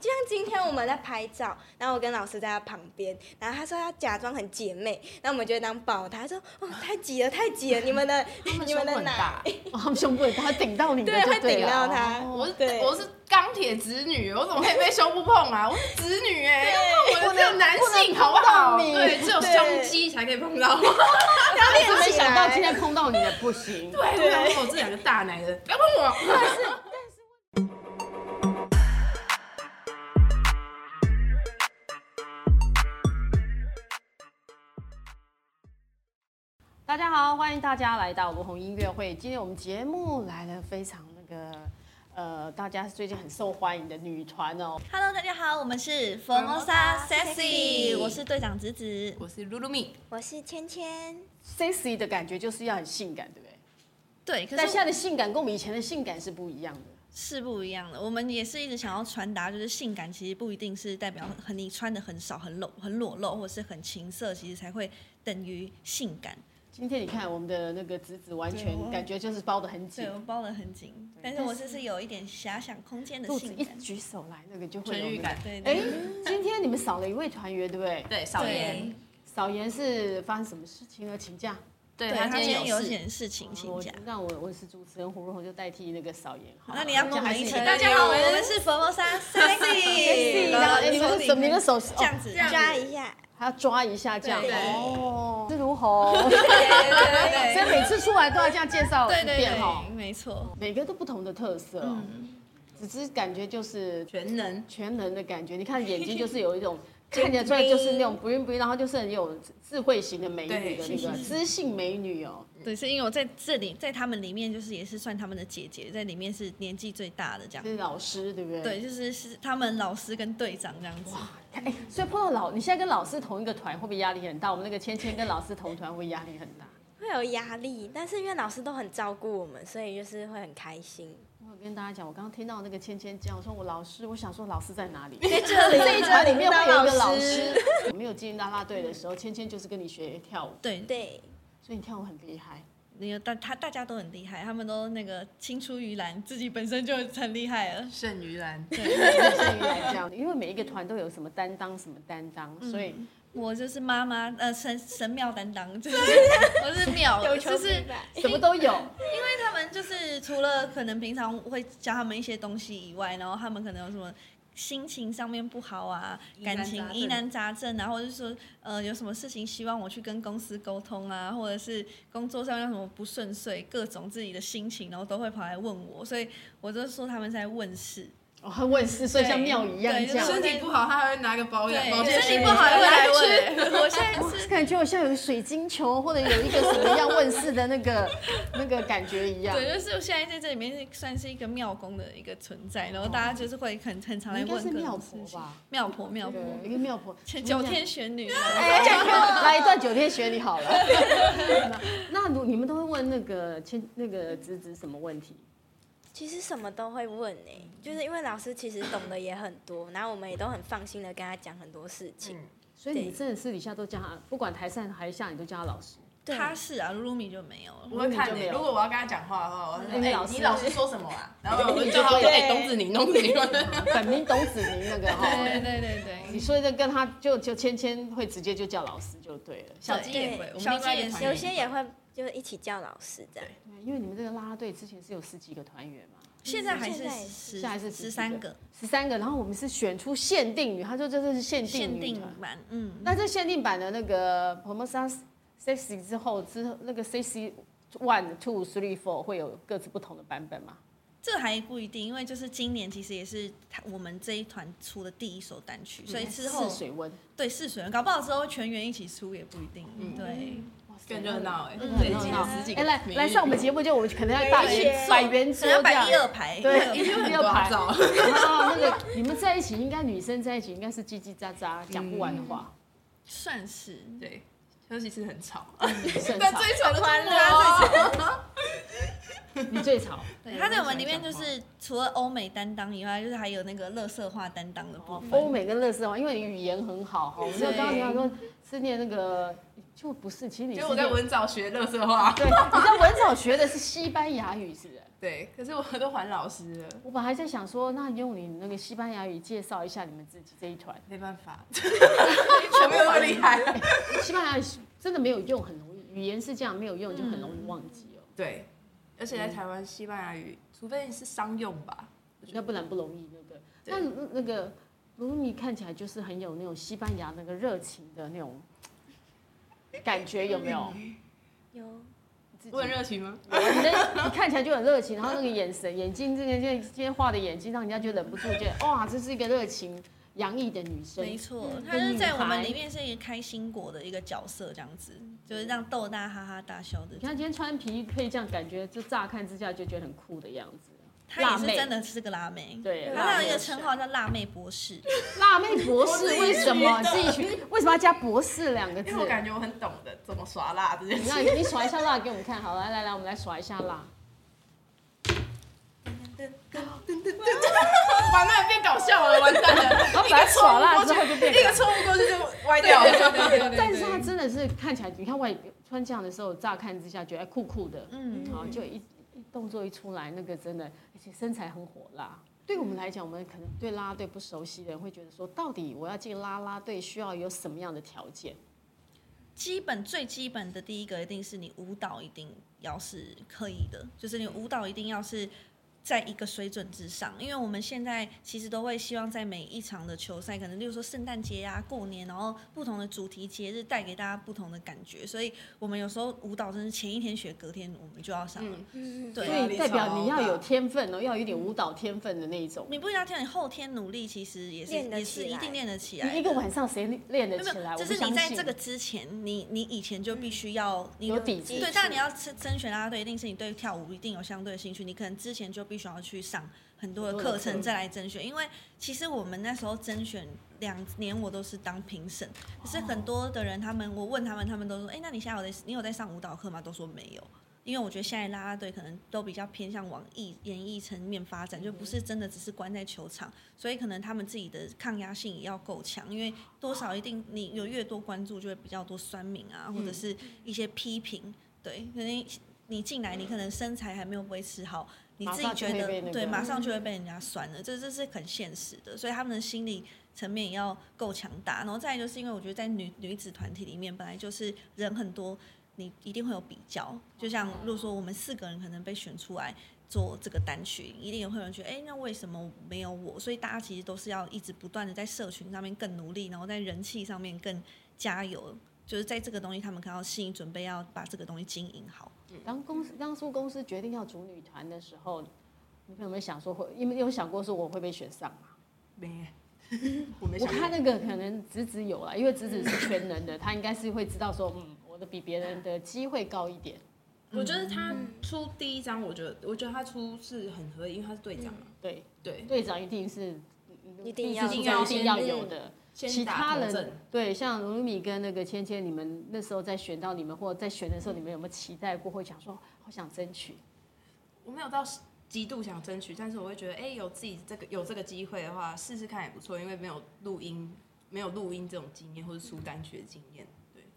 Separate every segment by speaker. Speaker 1: 就像今天我们在拍照，然后我跟老师在他旁边，然后他说要假装很姐妹，然后我们就当抱他，他说哦太挤了太挤了，你们 的你们
Speaker 2: 胸部
Speaker 1: 的
Speaker 2: 很
Speaker 1: 奶
Speaker 2: 大，哦他们胸部很大，顶到你的
Speaker 1: 对
Speaker 2: 就
Speaker 1: 会顶
Speaker 2: 了
Speaker 1: 到他
Speaker 2: 哦
Speaker 3: 我是
Speaker 1: 对
Speaker 3: 我是钢铁直女，我怎么可以被胸部碰啊？我是直女哎、要碰我
Speaker 2: 不
Speaker 3: 只有
Speaker 2: 能
Speaker 3: 男性好
Speaker 2: 不能碰
Speaker 3: 好？
Speaker 2: 到你
Speaker 3: 对，只有
Speaker 1: 对
Speaker 3: 胸肌才可以碰 到
Speaker 1: 要
Speaker 3: 我。
Speaker 2: 我
Speaker 1: 练
Speaker 2: 没
Speaker 1: 起
Speaker 2: 想到今
Speaker 1: 来。
Speaker 2: 天碰到你的不行。
Speaker 3: 对，我想说我这两个大男人，不要碰我。
Speaker 2: 大家好，欢迎大家来到罗红音乐会。今天我们节目来了非常那个呃，大家最近很受欢迎的女团哦，
Speaker 4: Hello，大家好，我们是 Formosa Sexy，我是队长子子。
Speaker 3: 我是露露蜜，
Speaker 1: 我是芊芊，
Speaker 2: sexy 的感觉就是要很性感，对不对？
Speaker 4: 对，可
Speaker 2: 但现
Speaker 4: 是
Speaker 2: 在的性感跟我们以前的性感是不一样的。
Speaker 4: 是不一样的。我们也是一直想要传达，就是性感其实不一定是代表很你穿的很少、很露、很裸露，或是很情色，其实才会等于性感。
Speaker 2: 今天你看我们的那个子子完
Speaker 4: 对
Speaker 2: 全
Speaker 4: 我
Speaker 2: 感觉就是包的很紧
Speaker 4: 对，我，包得很紧，但是我这是有一点遐想空间的
Speaker 2: 肚子
Speaker 4: 性
Speaker 2: 一
Speaker 4: 感。
Speaker 2: 举手来，那个就会
Speaker 3: 纯
Speaker 2: 有
Speaker 3: 欲
Speaker 2: 那个
Speaker 3: 感。
Speaker 4: 对
Speaker 2: 哎、
Speaker 4: 对
Speaker 2: 今天你们少了一位团员，对不对？
Speaker 3: 对，少
Speaker 4: 对
Speaker 3: 言，
Speaker 2: 少言是发生什么事情而请假？
Speaker 3: 对
Speaker 4: 对，他今天有
Speaker 3: 事
Speaker 4: 点事情请假
Speaker 2: 我。哦那我我是主持人胡若红，就代替那个少言。好
Speaker 4: 那你要跟我
Speaker 2: 还
Speaker 4: 们
Speaker 2: 是
Speaker 4: 一起，
Speaker 2: 你
Speaker 3: 大家好我们
Speaker 4: 是 Formosa
Speaker 2: 然后
Speaker 4: Sexy，
Speaker 2: 你们的手，你们的手是
Speaker 4: 这样子，
Speaker 2: 哦
Speaker 4: 这样子
Speaker 1: 抓一下，
Speaker 2: 还要抓一下这样。
Speaker 4: 对
Speaker 2: 哦，是如虹，
Speaker 4: 对对
Speaker 2: 所以每次出来都要这样介绍
Speaker 4: 对
Speaker 2: 一
Speaker 4: 对
Speaker 2: 遍哈
Speaker 4: 对，，没错。
Speaker 2: 每个都不同的特色哦，只是感觉就是
Speaker 3: 全能，
Speaker 2: 全能的感觉。你看 眼睛就是有一种看得出来就是那种 bling bling，然后就是很有智慧型的美女的那个知性美女哦。
Speaker 4: 对，是因为我在这里，在他们里面就是也是算他们的姐姐，在里面是年纪最大的这样。
Speaker 2: 是老师对不对？
Speaker 4: 对，就是是他们老师跟队长这样子。
Speaker 2: 哎、所以碰到老，你现在跟老师同一个团，会不会压力很大？我们那个芊芊跟老师同团，会不会压力很大。
Speaker 1: 会有压力，但是因为老师都很照顾我们，所以就是会很开心。
Speaker 2: 我有跟大家讲，我刚刚听到那个芊芊讲，我说我老师，我想说老师在哪里？这
Speaker 1: 这里
Speaker 2: 一团里面会有一个老师。我没有进啦啦队的时候，芊芊就是跟你学跳舞，
Speaker 4: 对，
Speaker 1: 对，
Speaker 2: 所以你跳舞很厉 害。
Speaker 4: 那个大他大家都很厉害，他们都那个青出于蓝，自己本身就很厉害了。
Speaker 3: 剩鱼兰，
Speaker 2: 对于来讲，因为每一个团都有什么担当，什么担当，
Speaker 4: 嗯
Speaker 2: 所以
Speaker 4: 我就是妈妈，呃，神神庙担当，就是我是庙，
Speaker 2: 哦
Speaker 4: 就是
Speaker 2: 什么都 有。
Speaker 4: 因为他们就是除了可能平常会教他们一些东西以外，然后他们可能有什么心情上面不好啊，
Speaker 3: 疑难
Speaker 4: 感
Speaker 3: 杂症
Speaker 4: 情疑难杂症啊，或者是说呃有什么事情希望我去跟公司沟通啊，或者是工作上有什么不顺遂，各种自己的心情，然后都会跑来问我，所以我就说他们在问事。
Speaker 2: 哦，很稳是，所以像妙语一样
Speaker 4: 对
Speaker 2: 这样。
Speaker 3: 身体不好，他还会拿个保养，保
Speaker 4: 对，
Speaker 3: 健
Speaker 4: 身
Speaker 3: 品
Speaker 4: 体不好也会来
Speaker 3: 吃
Speaker 4: 问。 我现在
Speaker 2: 我感觉我像有个水晶球，或者有一个什么样问世的那个那个感觉一样。
Speaker 4: 对，就是我现在在这里面是算是一个庙公的一个存在，然后大家就是会很很常来
Speaker 2: 应该
Speaker 4: 问
Speaker 2: 是
Speaker 4: 各
Speaker 2: 妙
Speaker 4: 种
Speaker 2: 婆
Speaker 4: 事情。
Speaker 2: 吧？
Speaker 4: 庙婆， 庙
Speaker 2: 对
Speaker 4: 婆。，
Speaker 2: 一个妙婆。
Speaker 4: 前九天玄女，
Speaker 2: 哎，来一段九天玄女好 了。那如你们都会问那个千那个子子什么问题？
Speaker 1: 其实什么都会问诶、就是因为老师其实懂得也很多，然后我们也都很放心的跟他讲很多事情。
Speaker 2: 所以你真的私底下都叫他，不管台上台下，你都叫他老师。
Speaker 1: 对
Speaker 4: 他是啊，露露米就没有
Speaker 3: 我
Speaker 4: 了。
Speaker 3: 会看
Speaker 2: 就没
Speaker 3: 你，
Speaker 2: 有
Speaker 3: 如果我要跟他讲话的话，我会说
Speaker 2: 哎
Speaker 3: 哎，
Speaker 2: 老师
Speaker 3: 你老师说什么啊？然后我就叫他说，哎，董子宁，董子宁。
Speaker 2: 本名董子宁那个
Speaker 4: 对
Speaker 2: 哈。
Speaker 4: 对对对
Speaker 2: 你说的跟他就就芊芊会直接就叫老师就对了，
Speaker 3: 小鸡也会，我们
Speaker 4: 小
Speaker 3: 另
Speaker 4: 鸡
Speaker 3: 外一
Speaker 4: 也
Speaker 3: 个
Speaker 2: 嗯
Speaker 4: 是
Speaker 3: 团
Speaker 1: 有
Speaker 3: 员
Speaker 1: 些也会就是一起叫老师这样。
Speaker 2: 因为你们这个啦啦队之前是有十几个团员嘛，
Speaker 4: 现在还是
Speaker 1: 现在
Speaker 4: 十，
Speaker 2: 现在还是
Speaker 4: 十三个
Speaker 2: 十三个，然后我们是选出限定女，他说这是限定
Speaker 4: 限
Speaker 2: 女
Speaker 4: 定
Speaker 2: 团。
Speaker 4: 版，嗯，
Speaker 2: 那这限定版的那个 Pomosa Sexy 之后，之后那个 Sexy One Two Three Four 会有各自不同的版本吗？
Speaker 4: 这还不一定，因为就是今年其实也是他我们这一团出的第一首单曲，所以之后
Speaker 2: 试水温，
Speaker 4: 对试水，搞不好之后全员一起出也不一定，对，
Speaker 2: 哇塞
Speaker 3: 更热闹哎，
Speaker 2: 很
Speaker 3: 对，
Speaker 2: 热闹
Speaker 3: 十几。个
Speaker 2: 哎，来
Speaker 3: 美
Speaker 2: 来
Speaker 3: 女
Speaker 2: 上我们节目就我们可能要大圆 百元桌
Speaker 4: 只要
Speaker 2: 这
Speaker 4: 摆
Speaker 2: 样
Speaker 4: 一。二排，一二
Speaker 2: 对，
Speaker 4: 排
Speaker 2: 一定
Speaker 3: 很
Speaker 2: 要
Speaker 3: 多
Speaker 2: 排。然
Speaker 3: 照
Speaker 2: 后那个你们在一起，应该女生在一起应该是叽叽喳喳，讲不完的话，
Speaker 4: 算是
Speaker 3: 对，尤其是很吵，
Speaker 2: 甚
Speaker 3: 但
Speaker 2: 吵。
Speaker 3: 最吵的欢
Speaker 2: 你最吵，
Speaker 4: 对，他在我们里面就是除了欧美担当以外，就是还有那个乐色化担当的部分。
Speaker 2: 哦欧美跟乐视话，因为你语言很好哈。我们就
Speaker 4: 对
Speaker 2: 刚刚你讲说是念那个，就不是，其实你
Speaker 3: 结
Speaker 2: 是
Speaker 3: 果我在
Speaker 2: 念
Speaker 3: 文藻学乐色话，
Speaker 2: 对，你知道文藻学的是西班牙语，是不是？
Speaker 3: 对，可是我都还老师了，
Speaker 2: 我本来在想说，那用你那个西班牙语介绍一下你们自己这一团。
Speaker 3: 没办 法，全部都厉害了。
Speaker 2: 西班牙语真的没有用，很容易，语言是这样，没有用就很容易忘记哦。
Speaker 3: 对，而且在台湾西班牙语，除非你是商用吧，
Speaker 4: 嗯
Speaker 2: 要不然不容易，对不对？
Speaker 3: 对
Speaker 2: 那那个卢米看起来就是很有那种西班牙那个热情的那种感觉，有没
Speaker 4: 嗯
Speaker 2: 有？
Speaker 1: 有
Speaker 2: 自己
Speaker 3: 我很热情吗？
Speaker 2: 有你的你看起来就很热情，然后那个眼神、眼睛，这个这今天画的眼睛，让人家就忍不住觉得哇，这是一个热情洋溢的女生
Speaker 4: 没。错，
Speaker 1: 嗯
Speaker 4: 他就是在我
Speaker 2: 女孩嗯
Speaker 4: 们里面是一个开心果的一个角色，这样子，就是让逗大家哈哈大笑的
Speaker 2: 你。看今天穿皮配这样，感觉就乍看之下就觉得很酷的样子。
Speaker 4: 她也
Speaker 2: 辣
Speaker 4: 是
Speaker 2: 妹
Speaker 4: 真的是个辣妹，
Speaker 3: 啊
Speaker 2: 对
Speaker 4: 她还有一
Speaker 2: 辣妹
Speaker 4: 个称号叫辣妹博士，
Speaker 2: 辣妹博士
Speaker 3: 我自己
Speaker 2: 为什
Speaker 3: 觉
Speaker 2: 么
Speaker 3: 得
Speaker 2: 自己取？为什么要加博士两个字
Speaker 3: 因为？我感觉我很懂得怎么耍辣这件事。
Speaker 2: 那你你耍一下辣给我们看，好，来来来，我们来耍一 下辣。
Speaker 3: 完蛋，变搞笑了，完蛋了。
Speaker 2: 然后把它耍辣之后就变
Speaker 3: 一个错误过去就歪掉了。
Speaker 2: 但是他真的是看起来，你看外穿这样的时候，乍看之下觉得哎酷酷的，嗯，好就一一动作一出来，那个真的，而且身材很火辣。
Speaker 3: 嗯
Speaker 2: 对我们来讲，我们可能对啦啦队不熟悉的人会觉得说，到底我要进啦啦队需要有什么样的条件？
Speaker 4: 基本最基本的第一个一定是你舞蹈一定要是可以的，就是你舞蹈一定要是在一个水准之上，因为我们现在其实都会希望在每一场的球赛，可能例如说圣诞节呀、过年，然后不同的主题节日带给大家不同的感觉，所以我们有时候舞蹈真是前一天学，隔天我们就要上了。
Speaker 1: 嗯
Speaker 4: 对
Speaker 2: 所
Speaker 3: 啊
Speaker 2: 以代表你要有天分哦，要有一点舞蹈天分的那一种。
Speaker 4: 你不一定要跳，你后天努力其实也是
Speaker 1: 练得
Speaker 4: 也
Speaker 1: 起
Speaker 4: 是
Speaker 1: 来
Speaker 4: 一定练得起来的。
Speaker 2: 你一个晚上谁练得
Speaker 4: 没有
Speaker 2: 起
Speaker 4: 没
Speaker 2: 来？
Speaker 4: 有，
Speaker 2: 我
Speaker 4: 就
Speaker 2: 不
Speaker 4: 是你
Speaker 2: 相
Speaker 4: 在
Speaker 2: 信嗯
Speaker 4: 这个。之前，你你以前就必须要你
Speaker 2: 有底子
Speaker 4: 对，但你要甄甄选啦啦队，一定是你啊对跳舞一定有相对的兴趣，你可能之前就必须要去上很多的
Speaker 2: 很多的课
Speaker 4: 课程再来甄选，因为其实我们那时候甄选。两年我都是当评审，可是很多的人，他们我问他们，他们都说：“哎、那你现在有在你有在上舞蹈课吗？”都说没有，因为我觉得现在啦啦队可能都比较偏向往艺演艺层面发展，就不是真的只是关在球场，所以可能他们自己的抗压性也要够强，因为多少一定你有越多关注，就会比较多酸民啊，或者是一些批评。对，可能你进来，你可能身材还没有维持好，你自
Speaker 2: 马
Speaker 4: 己
Speaker 2: 上就
Speaker 4: 觉
Speaker 2: 会
Speaker 4: 得
Speaker 2: 被那个
Speaker 4: 对，马上就会被人家酸了，这这是很现实的，所以他们的心理层面也要够强大。然后再来就是因为我觉得在女女子团体里面，本来就是人很多，你一定会有比较。就像如果说我们四个人可能被选出来。做这个单曲，一定也会有人觉得，哎、那为什么没有我？所以大家其实都是要一直不断的在社群上面更努力，然后在人气上面更加油，就是在这个东西，他们可能要心理准备，要把这个东西经营好。
Speaker 2: 嗯当公司当初公司决定要组女团的时候，你们有没有想说会？你们有想过说我会被选上吗？
Speaker 3: 没， 我没
Speaker 2: 我
Speaker 3: 想过
Speaker 2: 看那个可能子子有啦，因为子子是全能 的，他应该是会知道说，嗯，我的比别人的机会高一点。
Speaker 3: 我觉得他出第一张，我觉得我觉得他出是很合理，因为他是队长嘛。
Speaker 2: 对，
Speaker 3: 对，
Speaker 2: 队长一定是，嗯
Speaker 1: 一定要
Speaker 2: 第一次出战
Speaker 3: 一
Speaker 2: 一定
Speaker 3: 定
Speaker 2: 要
Speaker 3: 要
Speaker 2: 有的。其
Speaker 3: 先打
Speaker 2: 他
Speaker 3: 头
Speaker 2: 人
Speaker 3: 阵。
Speaker 2: 对，像卢米跟那个芊芊，你们那时候在选到你们，或者在选的时候，你们有没有期待过，会想说好想争取？
Speaker 3: 我没有到极度想争取，但是我会觉得，哎、有自己这个有这个机会的话，试试看也不错，因为没有录音，没有录音这种经验，或是出单曲的经验。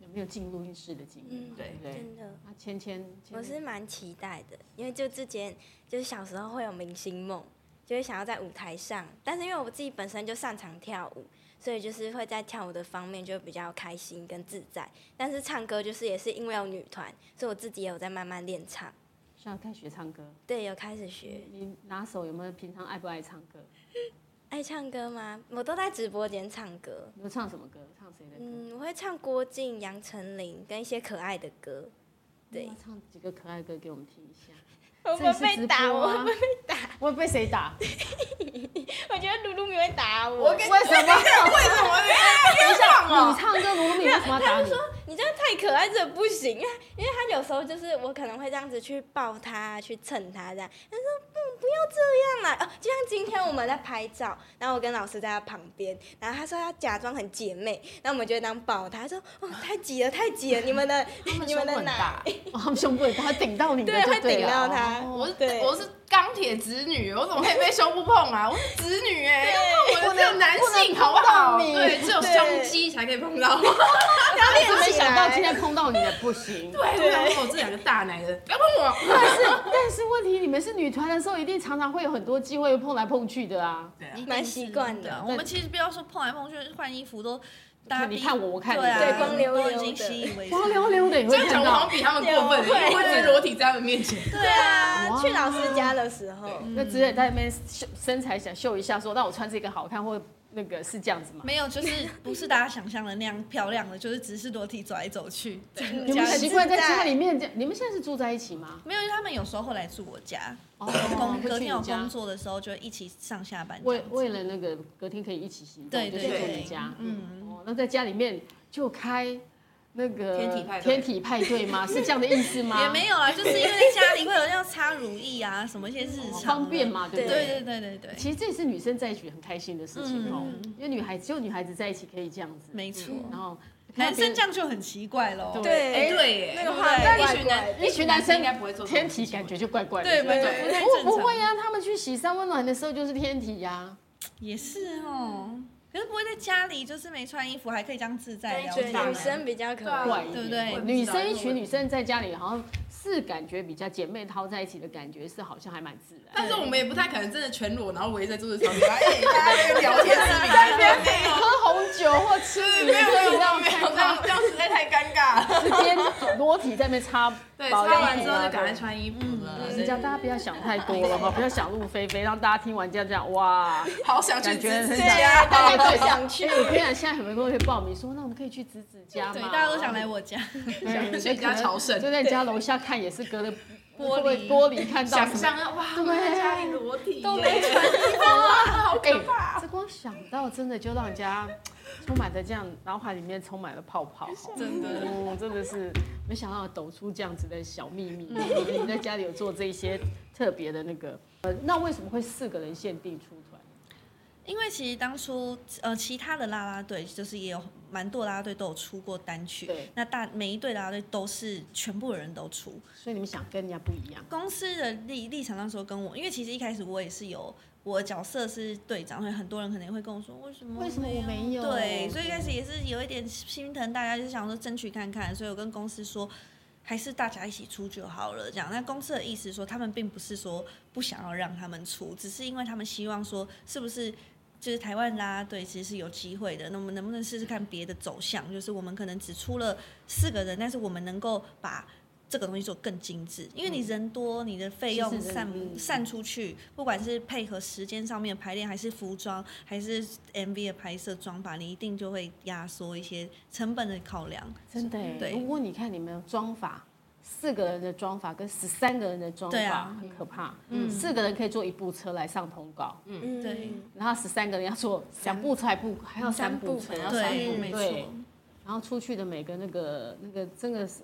Speaker 2: 有没有进录音室的经验？
Speaker 1: 嗯
Speaker 3: 对
Speaker 2: 对不对？
Speaker 1: 真的，
Speaker 2: 那啊芊芊，芊
Speaker 1: 我
Speaker 2: 芊
Speaker 1: 是蛮期待的，因为就之前就是小时候会有明星梦，就会想要在舞台上，但是因为我自己本身就擅长跳舞，所以就是会在跳舞的方面就比较开心跟自在。但是唱歌就是也是因为有女团，所以我自己也有在慢慢练唱，
Speaker 2: 现在开始学唱歌，
Speaker 1: 对，有开始学。
Speaker 2: 你拿手有没有平常爱不爱唱歌？
Speaker 1: 爱唱歌吗？我都在直播间唱歌。
Speaker 2: 你会唱什么歌？唱谁的歌？
Speaker 1: 嗯，我会唱郭靖、杨丞琳跟一些可爱的歌。对
Speaker 2: 那，唱几个可爱歌给我们听一下。
Speaker 1: 我
Speaker 2: 这里
Speaker 1: 们
Speaker 2: 是
Speaker 1: 被
Speaker 2: 直
Speaker 1: 打，
Speaker 2: 播
Speaker 1: 我
Speaker 2: 啊
Speaker 1: 会 被打，
Speaker 2: 我被谁打？
Speaker 1: 我觉得露露米会打我。
Speaker 3: 我
Speaker 1: 我
Speaker 3: 跟
Speaker 2: 为什么？
Speaker 3: 为什么？等一
Speaker 2: 你
Speaker 3: 下，
Speaker 2: 唱歌卢米为什么要打你？
Speaker 1: 你这样太可爱，这不行啊！因为他有时候就是我可能会这样子去抱他，去蹭他这样。他说不这样来哦，就像今天我们在拍照，然后我跟老师在他旁边，然后他说要假装很姐妹，然后我们就当抱他，他说哦太挤了太挤了，你们的你们的奶，
Speaker 2: 哦他们胸部很大，会顶到你的
Speaker 1: 对
Speaker 2: 就
Speaker 1: 会
Speaker 2: 对
Speaker 1: 顶
Speaker 2: 了
Speaker 1: 到他
Speaker 2: 哦
Speaker 3: 我是
Speaker 1: 对
Speaker 3: 我是钢铁直女，我怎么可以被胸部碰啊？我是直女哎、
Speaker 1: 对
Speaker 3: 我只有男性好不好？
Speaker 2: 不能碰到你
Speaker 3: 对，只有
Speaker 1: 对
Speaker 3: 胸肌才可以碰到。
Speaker 1: 然后
Speaker 2: 但是
Speaker 1: 练
Speaker 2: 没
Speaker 1: 起
Speaker 2: 想到今
Speaker 1: 来，
Speaker 2: 天碰到你的不 行。
Speaker 3: 对，我想说我这两个大奶的，不要碰我。
Speaker 2: 但是但是问题，你们是女团的时候，一定常常会有很多机会碰来碰去的啊。
Speaker 3: 对啊，
Speaker 1: 蛮习惯
Speaker 4: 对啊
Speaker 1: 的，
Speaker 4: 我们其实不要说碰来碰去换衣服都大家
Speaker 2: 你
Speaker 4: 彼
Speaker 2: 看我我看你
Speaker 4: 对啊，
Speaker 1: 对光溜溜
Speaker 4: 都已经
Speaker 1: 的
Speaker 4: 习以为
Speaker 2: 光
Speaker 4: 常。
Speaker 2: 溜溜的也
Speaker 3: 这
Speaker 2: 会
Speaker 3: 样
Speaker 2: 看
Speaker 3: 讲我好
Speaker 2: 到
Speaker 3: 像，比他们过分，因为我只是裸体在他们面前。
Speaker 4: 对啊，
Speaker 1: 啊去老师家的时候，
Speaker 2: 那只得在那边秀身材想秀一下，说那我穿这个好看，或那个是这样子吗？
Speaker 4: 没有，就是不是大家想象的那样漂亮的，就是只是裸体走来 走去。对，
Speaker 2: 你们习惯在家里面这样，你们现在是住在一起吗？
Speaker 4: 没有，因为他们有时候会来住我家，
Speaker 2: 哦
Speaker 4: 工
Speaker 2: 会去
Speaker 4: 隔天
Speaker 2: 你
Speaker 4: 有
Speaker 2: 家
Speaker 4: 工。作的时候就会一起上下班这
Speaker 2: 为
Speaker 4: 样子。
Speaker 2: 为了那个隔天可以一起行动，
Speaker 4: 对
Speaker 2: 就
Speaker 4: 对
Speaker 2: 去
Speaker 3: 对
Speaker 2: 你家。
Speaker 4: 嗯，
Speaker 2: 哦，那在家里面就开那个
Speaker 3: 天体派对
Speaker 2: 天体派对 吗？是这样的意思吗？
Speaker 4: 也没有啦，啊就是因为在家里会有像擦乳液啊，什么一些日常的
Speaker 2: 哦方便。嘛，
Speaker 1: 对
Speaker 2: 对不
Speaker 4: 对对对对对，
Speaker 2: 其实这也是女生在一起很开心的事情哦，
Speaker 4: 嗯
Speaker 2: 因为女孩只有女孩子在一起可以这样子，哦
Speaker 4: 没错。
Speaker 2: 然后
Speaker 4: 男生这
Speaker 2: 样
Speaker 4: 样就很奇怪喽。
Speaker 2: 对
Speaker 3: 哎，
Speaker 1: 对
Speaker 3: 对耶，
Speaker 1: 那个
Speaker 3: 对
Speaker 1: 画
Speaker 3: 不
Speaker 1: 面
Speaker 3: 对
Speaker 1: 怪
Speaker 3: 一群
Speaker 1: 怪
Speaker 3: 男
Speaker 1: 的，
Speaker 2: 一群男生
Speaker 3: 应该不会做这种
Speaker 2: 天体，感觉就怪怪的，
Speaker 4: 对
Speaker 2: 是吧
Speaker 4: 没错不太正常
Speaker 2: 不不会啊，他们去洗三温暖的时候就是天体呀，
Speaker 4: 也是哦，可是不会在家里就是没穿衣服还可以这样自在聊
Speaker 3: 对
Speaker 1: 对
Speaker 4: 天啊
Speaker 1: 女生比较可爱
Speaker 3: 对啊，
Speaker 2: 怪一
Speaker 4: 对
Speaker 2: 点
Speaker 4: 不对
Speaker 2: 女生一群女生在家里好像是感觉比较姐妹掏在一起的感觉是好像还蛮自然，
Speaker 3: 但是我们也不太可能真的全裸，然后围在桌子上面，哎，大家在那边聊天视频，在那边没有，
Speaker 2: 喝红酒或 吃
Speaker 3: 对，
Speaker 2: 你
Speaker 3: 没有没
Speaker 2: 可以
Speaker 3: 有
Speaker 2: 这
Speaker 3: 没
Speaker 2: 样
Speaker 3: 有没有，这样
Speaker 2: 看
Speaker 3: 这样实在太尴尬了。
Speaker 2: 到直接裸体在那边擦
Speaker 3: 对，擦
Speaker 2: 保养
Speaker 3: 完
Speaker 2: 品
Speaker 3: 之后
Speaker 2: 啊
Speaker 3: 就赶快穿衣服了，
Speaker 2: 这样大家不要想太多 了哈，不要想入非非，让大家听完这样讲哇，
Speaker 3: 好想去
Speaker 2: 感觉
Speaker 3: 自
Speaker 2: 很
Speaker 3: 己
Speaker 2: 想
Speaker 3: 家，
Speaker 1: 大家都想去
Speaker 2: 哎，我跟你讲，现在很多人会报名说，那我们可以去子子家嘛，
Speaker 4: 对，大家都想来我家。
Speaker 2: 对，
Speaker 3: 想去你家朝圣
Speaker 2: 就在你家楼下看，也是隔着
Speaker 4: 玻璃
Speaker 2: 会不会玻璃看到
Speaker 3: 想
Speaker 2: 什么。
Speaker 3: 象啊，哇，
Speaker 2: 对
Speaker 3: 我在家里裸体耶，
Speaker 4: 都没
Speaker 3: 好可怕
Speaker 2: 哎，。这光想到真的就让人家充满着这样，脑海里面充满了泡泡，
Speaker 4: 真的
Speaker 2: 嗯，真的是没想到抖出这样子的小秘密。
Speaker 4: 嗯
Speaker 2: 你们在家里有做这些特别的那个，呃，那为什么会四个人限定出团？
Speaker 4: 因为其实当初呃，其他的啦啦队就是也有蛮多啦啦队都有出过单曲
Speaker 2: 对，
Speaker 4: 那大每一队啦啦队都是全部人都出。
Speaker 2: 所以你们想跟人家不一样。
Speaker 4: 公司的立立场上说跟我，因为其实一开始我也是有我的角色是队长，所以很多人可能会啊跟我说为什么
Speaker 2: 为什么我没有
Speaker 4: 嗯对，所以一开始也是有一点心疼大家，就是想说争取看看，所以我跟公司说。还是大家一起出就好了，这样。那公司的意思说，他们并不是说不想要让他们出，只是因为他们希望说，是不是就是台湾啦，对，其实是有机会的。那我们能不能试试看别的走向？就是我们可能只出了四个人，但是我们能够把这个东西做更精致，因为你人多，你的
Speaker 2: 嗯
Speaker 4: 费
Speaker 2: 其
Speaker 4: 用
Speaker 2: 实人
Speaker 4: 散
Speaker 2: 嗯
Speaker 4: 散出去，不管是配合时间上面的排练，还是服装，还是 MV 的拍摄装法，你一定就会压缩一些成本的考量。
Speaker 2: 真的耶，
Speaker 4: 对
Speaker 2: 如果你看你们装法，四个人的装法跟十三个人的装法、
Speaker 4: 对啊
Speaker 2: 很可怕。嗯，四个人可以坐一部车来上通告，
Speaker 1: 嗯
Speaker 4: 对
Speaker 2: 然后十三个人要坐两部车还不还
Speaker 4: 嗯
Speaker 2: 要三部车，
Speaker 3: 三部
Speaker 2: 然
Speaker 3: 要
Speaker 2: 后
Speaker 3: 散
Speaker 4: 对，
Speaker 3: 步
Speaker 4: 没
Speaker 2: 对
Speaker 4: 错。
Speaker 2: 然后出去的每个那个那个真的是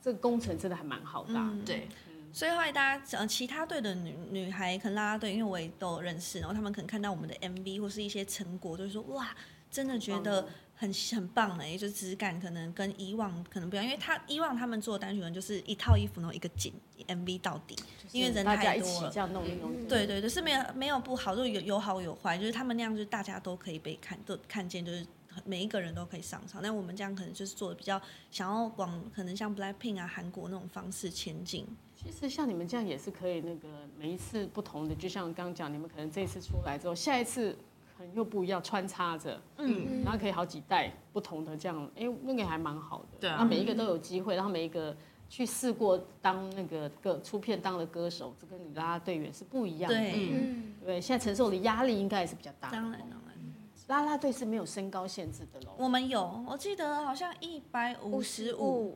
Speaker 2: 这个工程真的还蛮好的啊、
Speaker 4: 嗯
Speaker 3: 对，
Speaker 4: 所以后来大家呃，其他队的女女孩可能啦啦队，因为我也都有认识，然后他们可能看到我们的 MV 或是一些成果，就会说哇，真的觉
Speaker 2: 哦
Speaker 4: 得
Speaker 2: 嗯
Speaker 4: 很很棒哎、就质感可能跟以往可能不一样，因为他以往他们做的单曲可能就是一套衣服然后一个景 MV 到底，因为人
Speaker 2: 大家
Speaker 4: 太
Speaker 2: 一
Speaker 4: 多
Speaker 2: 起
Speaker 4: 了嗯
Speaker 2: 这。样弄一弄。
Speaker 4: 对对对，是没有没有不好，就有有好有坏，就是他们那样，就是大家都可以被看，都看见，就是每一个人都可以上场。但我们这样可能就是做的比较想要往可能像 Blackpink 啊、韩国那种方式前进。
Speaker 2: 其实像你们这样也是可以，那个每一次不同的，就像刚讲，你们可能这一次出来之后，下一次可能又不一样，穿插着，嗯，然后可以好几代不同的这样，哎、那个还蛮好的。
Speaker 3: 对啊
Speaker 2: 那每一个都有机会，然后每一个去试过当那个歌出片当的歌手，这跟你拉拉队员是不一样的。
Speaker 4: 对，
Speaker 1: 嗯，
Speaker 2: 对，现在承受的压力应该也是比较大的。
Speaker 4: 当然当然。
Speaker 2: 拉拉队是没有身高限制的 喽。
Speaker 4: 我们有，我记得好像一百五十五，
Speaker 1: 55，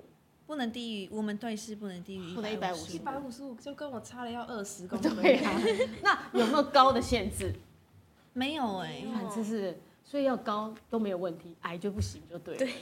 Speaker 4: 不能低于我们队是不能低于
Speaker 2: 不能
Speaker 4: 十
Speaker 3: 一
Speaker 2: 155
Speaker 3: 百 啊 五十五就跟我差了要二十公分，
Speaker 2: 对啊，那有没有高的限制？
Speaker 4: 没有哎、
Speaker 2: 反正是所以要高都没有问题，矮就不行就对了。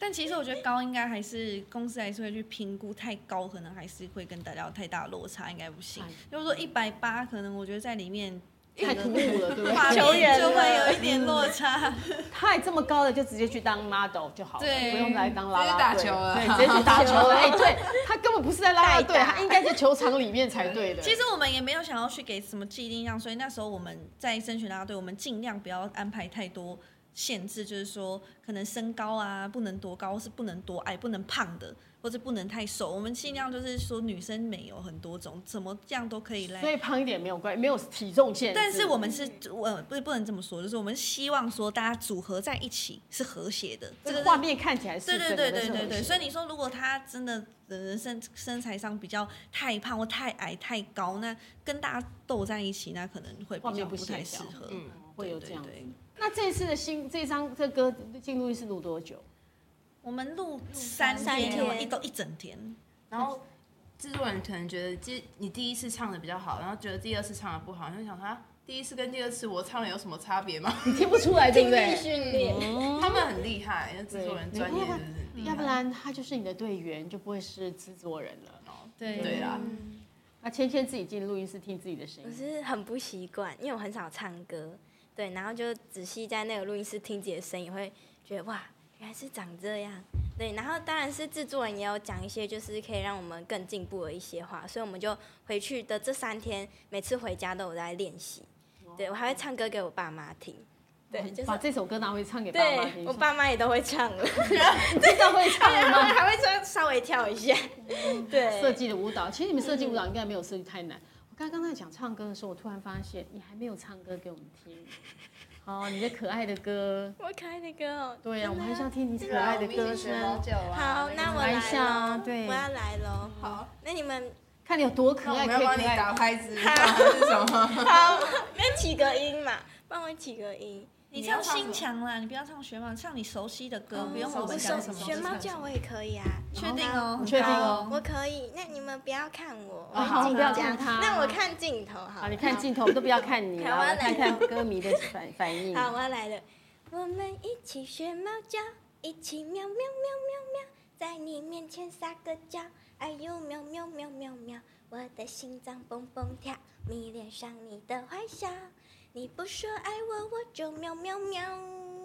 Speaker 4: 但其实我觉得高应该还是公司还是会去评估，太高可能还是会跟大家有太大落差，应该不行
Speaker 2: 哎。
Speaker 4: 就是说一百八，可能我觉得在里面
Speaker 2: 太突兀了，对 不
Speaker 4: 画
Speaker 2: 对？
Speaker 1: 球员了
Speaker 4: 面就会有一点落差。
Speaker 2: 太这么高的就直接去当 model 就好了，
Speaker 4: 对
Speaker 2: 不用来当啦啦
Speaker 3: 直接去打球了
Speaker 2: 对，直接去打球 了。哎，对他根本不是在啦啦队，
Speaker 1: 代打
Speaker 2: 他应该在球场里面才对的。
Speaker 4: 其实我们也没有想要去给什么既定印象，所以那时候我们在甄选啦啦队，我们尽量不要安排太多限制，就是说可能身高啊不能多高，是不能多矮，不能胖的，或者不能太瘦。我们尽量就是说女生美有很多种，怎么样都可以来
Speaker 2: 所以胖一点没有关系，没有体重限制。
Speaker 4: 但是我们是，我不不能这么说，就是我们希望说大家组合在一起是和谐的，这
Speaker 2: 这
Speaker 4: 个
Speaker 2: 个
Speaker 4: 是
Speaker 2: 画面看起来是
Speaker 4: 对对
Speaker 2: 整
Speaker 4: 对
Speaker 2: 个
Speaker 4: 对
Speaker 2: 是
Speaker 4: 对
Speaker 2: 很
Speaker 4: 对，
Speaker 2: 小
Speaker 4: 所以你说如果他真的人身身材上比较太胖或太矮太高，那跟大家斗在一起，那可能会
Speaker 2: 画
Speaker 4: 比
Speaker 2: 面
Speaker 4: 较
Speaker 2: 不
Speaker 4: 不太
Speaker 2: 协
Speaker 4: 适
Speaker 2: 调
Speaker 4: 合。
Speaker 3: 嗯，
Speaker 2: 会有
Speaker 4: 对
Speaker 2: 这样子
Speaker 4: 对。
Speaker 2: 那这一次的新这张这歌进录音室录多久？
Speaker 4: 我们录三
Speaker 1: 三
Speaker 4: 天，
Speaker 1: 天
Speaker 4: 一都一整天，
Speaker 3: 然后制作人可能觉得，第你第一次唱的比较好，然后觉得第二次唱的不好，就想说啊，第一次跟第二次我唱的有什么差别 吗？
Speaker 2: 你听不出来对不对？哦
Speaker 1: 训练，
Speaker 3: 他们很厉害，那制作人专业就是很厉害
Speaker 2: 要不然他就是你的队员，就不会是制作人了。
Speaker 4: 对
Speaker 3: 对啊，
Speaker 2: 那芊芊自己进录音室听自己的声
Speaker 1: 我
Speaker 2: 音，
Speaker 1: 是很不习惯，因为我很少唱歌，对，然后就仔细在那个录音室听自己的声音，会觉得哇，原来是长这样。对，然后当然是制作人也有讲一些，就是可以让我们更进步的一些话，所以我们就回去的这三天，每次回家都有在练习。对我还会唱歌给我爸妈听，对，就是
Speaker 2: 把这首歌拿回去唱给爸妈
Speaker 1: 对
Speaker 2: 听。
Speaker 1: 我爸妈也都会唱了，
Speaker 2: 知道会 唱了吗？
Speaker 1: 还会稍稍微跳一下，对，
Speaker 2: 嗯设计的舞蹈，其实你们设计舞蹈应该没有设计太难。我刚刚在讲唱歌的时候，我突然发现你还没有唱歌给我们听。哦，你的可爱的歌，
Speaker 1: 我可爱的歌哦。
Speaker 2: 对呀、我们还是要听你可
Speaker 3: 对啊
Speaker 2: 爱的歌声。
Speaker 1: 好，那我来
Speaker 2: 一下啊
Speaker 1: 喽，
Speaker 2: 对
Speaker 1: 我要来喽。
Speaker 3: 好，
Speaker 1: 那你们
Speaker 2: 看你有多可
Speaker 3: 那我
Speaker 2: 爱，
Speaker 3: 们
Speaker 2: 可
Speaker 3: 要
Speaker 2: 以
Speaker 3: 帮
Speaker 2: 可
Speaker 3: 你
Speaker 2: 爱。
Speaker 3: 打拍子，是什么？
Speaker 1: 好，那起个音嘛，帮我起个音。
Speaker 4: 你
Speaker 3: 你
Speaker 4: 唱
Speaker 3: 要唱什
Speaker 4: 新
Speaker 3: 么
Speaker 4: 强啦，你不要唱学嘛，唱你熟悉的
Speaker 1: 哦
Speaker 4: 歌，
Speaker 2: 嗯
Speaker 4: 不用
Speaker 3: 熟
Speaker 4: 我们
Speaker 3: 悉
Speaker 4: 讲
Speaker 3: 的
Speaker 4: 什么。
Speaker 1: 学猫叫我也可以啊，
Speaker 4: 确定哦，
Speaker 2: 你确定哦
Speaker 1: 我可以。那你们不要看我，
Speaker 2: 哦好
Speaker 1: 镜
Speaker 2: 不要
Speaker 1: 头
Speaker 2: 看他
Speaker 1: 那我看镜头好
Speaker 2: 好，
Speaker 1: 了。
Speaker 2: 你看镜头，我们都不要看你
Speaker 1: 台
Speaker 2: 了，
Speaker 1: 湾
Speaker 2: 来
Speaker 1: 来
Speaker 2: 看看歌迷的反反应。
Speaker 1: 好，我要来了。我们一起学猫叫，一起喵喵喵喵喵，在你面前撒个娇，哎呦喵喵喵喵喵，我的心脏蹦蹦跳，迷恋上你的坏笑，你不说爱我，我就喵喵喵。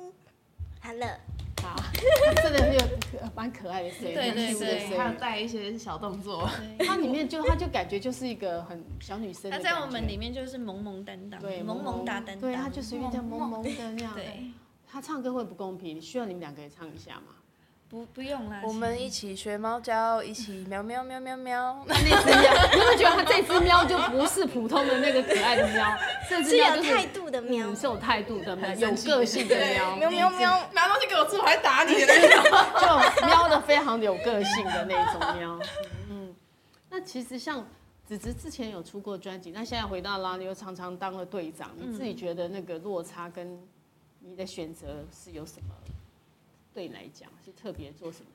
Speaker 1: 好了，
Speaker 2: 好，真的是有可蛮可爱的声音，
Speaker 4: 对对
Speaker 2: 很 Q 的
Speaker 4: 对
Speaker 2: 声音
Speaker 3: 还有带一些小动作，
Speaker 2: 它里面就它就感觉就是一个很小女生的感
Speaker 4: 他
Speaker 2: 觉。
Speaker 4: 在我们里面就是萌萌担当，
Speaker 2: 对
Speaker 4: 萌萌哒担当，
Speaker 2: 对，他就随便这样萌萌的这样。
Speaker 4: 对，
Speaker 2: 他唱歌会不公平，需要你们两个人唱一下吗？
Speaker 4: 不不用啦，
Speaker 3: 我们一起学猫叫，一起喵喵喵喵喵。
Speaker 2: 那只喵，你会觉得它这只喵就不是普通的那个可爱的喵，这只
Speaker 1: 是有
Speaker 2: 喵就是
Speaker 1: 态度的喵
Speaker 2: 嗯，。是有态度的喵，有个性的喵，
Speaker 1: 喵喵喵，
Speaker 3: 拿东西给我吃，我还打你的那种。
Speaker 2: 就喵的非常有个性的那种喵。嗯，那其实像子子之前有出过专辑，那现在回到拉力又常常当了队长，你自己觉得那个落差跟你的选择是有什么？对你来讲是特别做什么？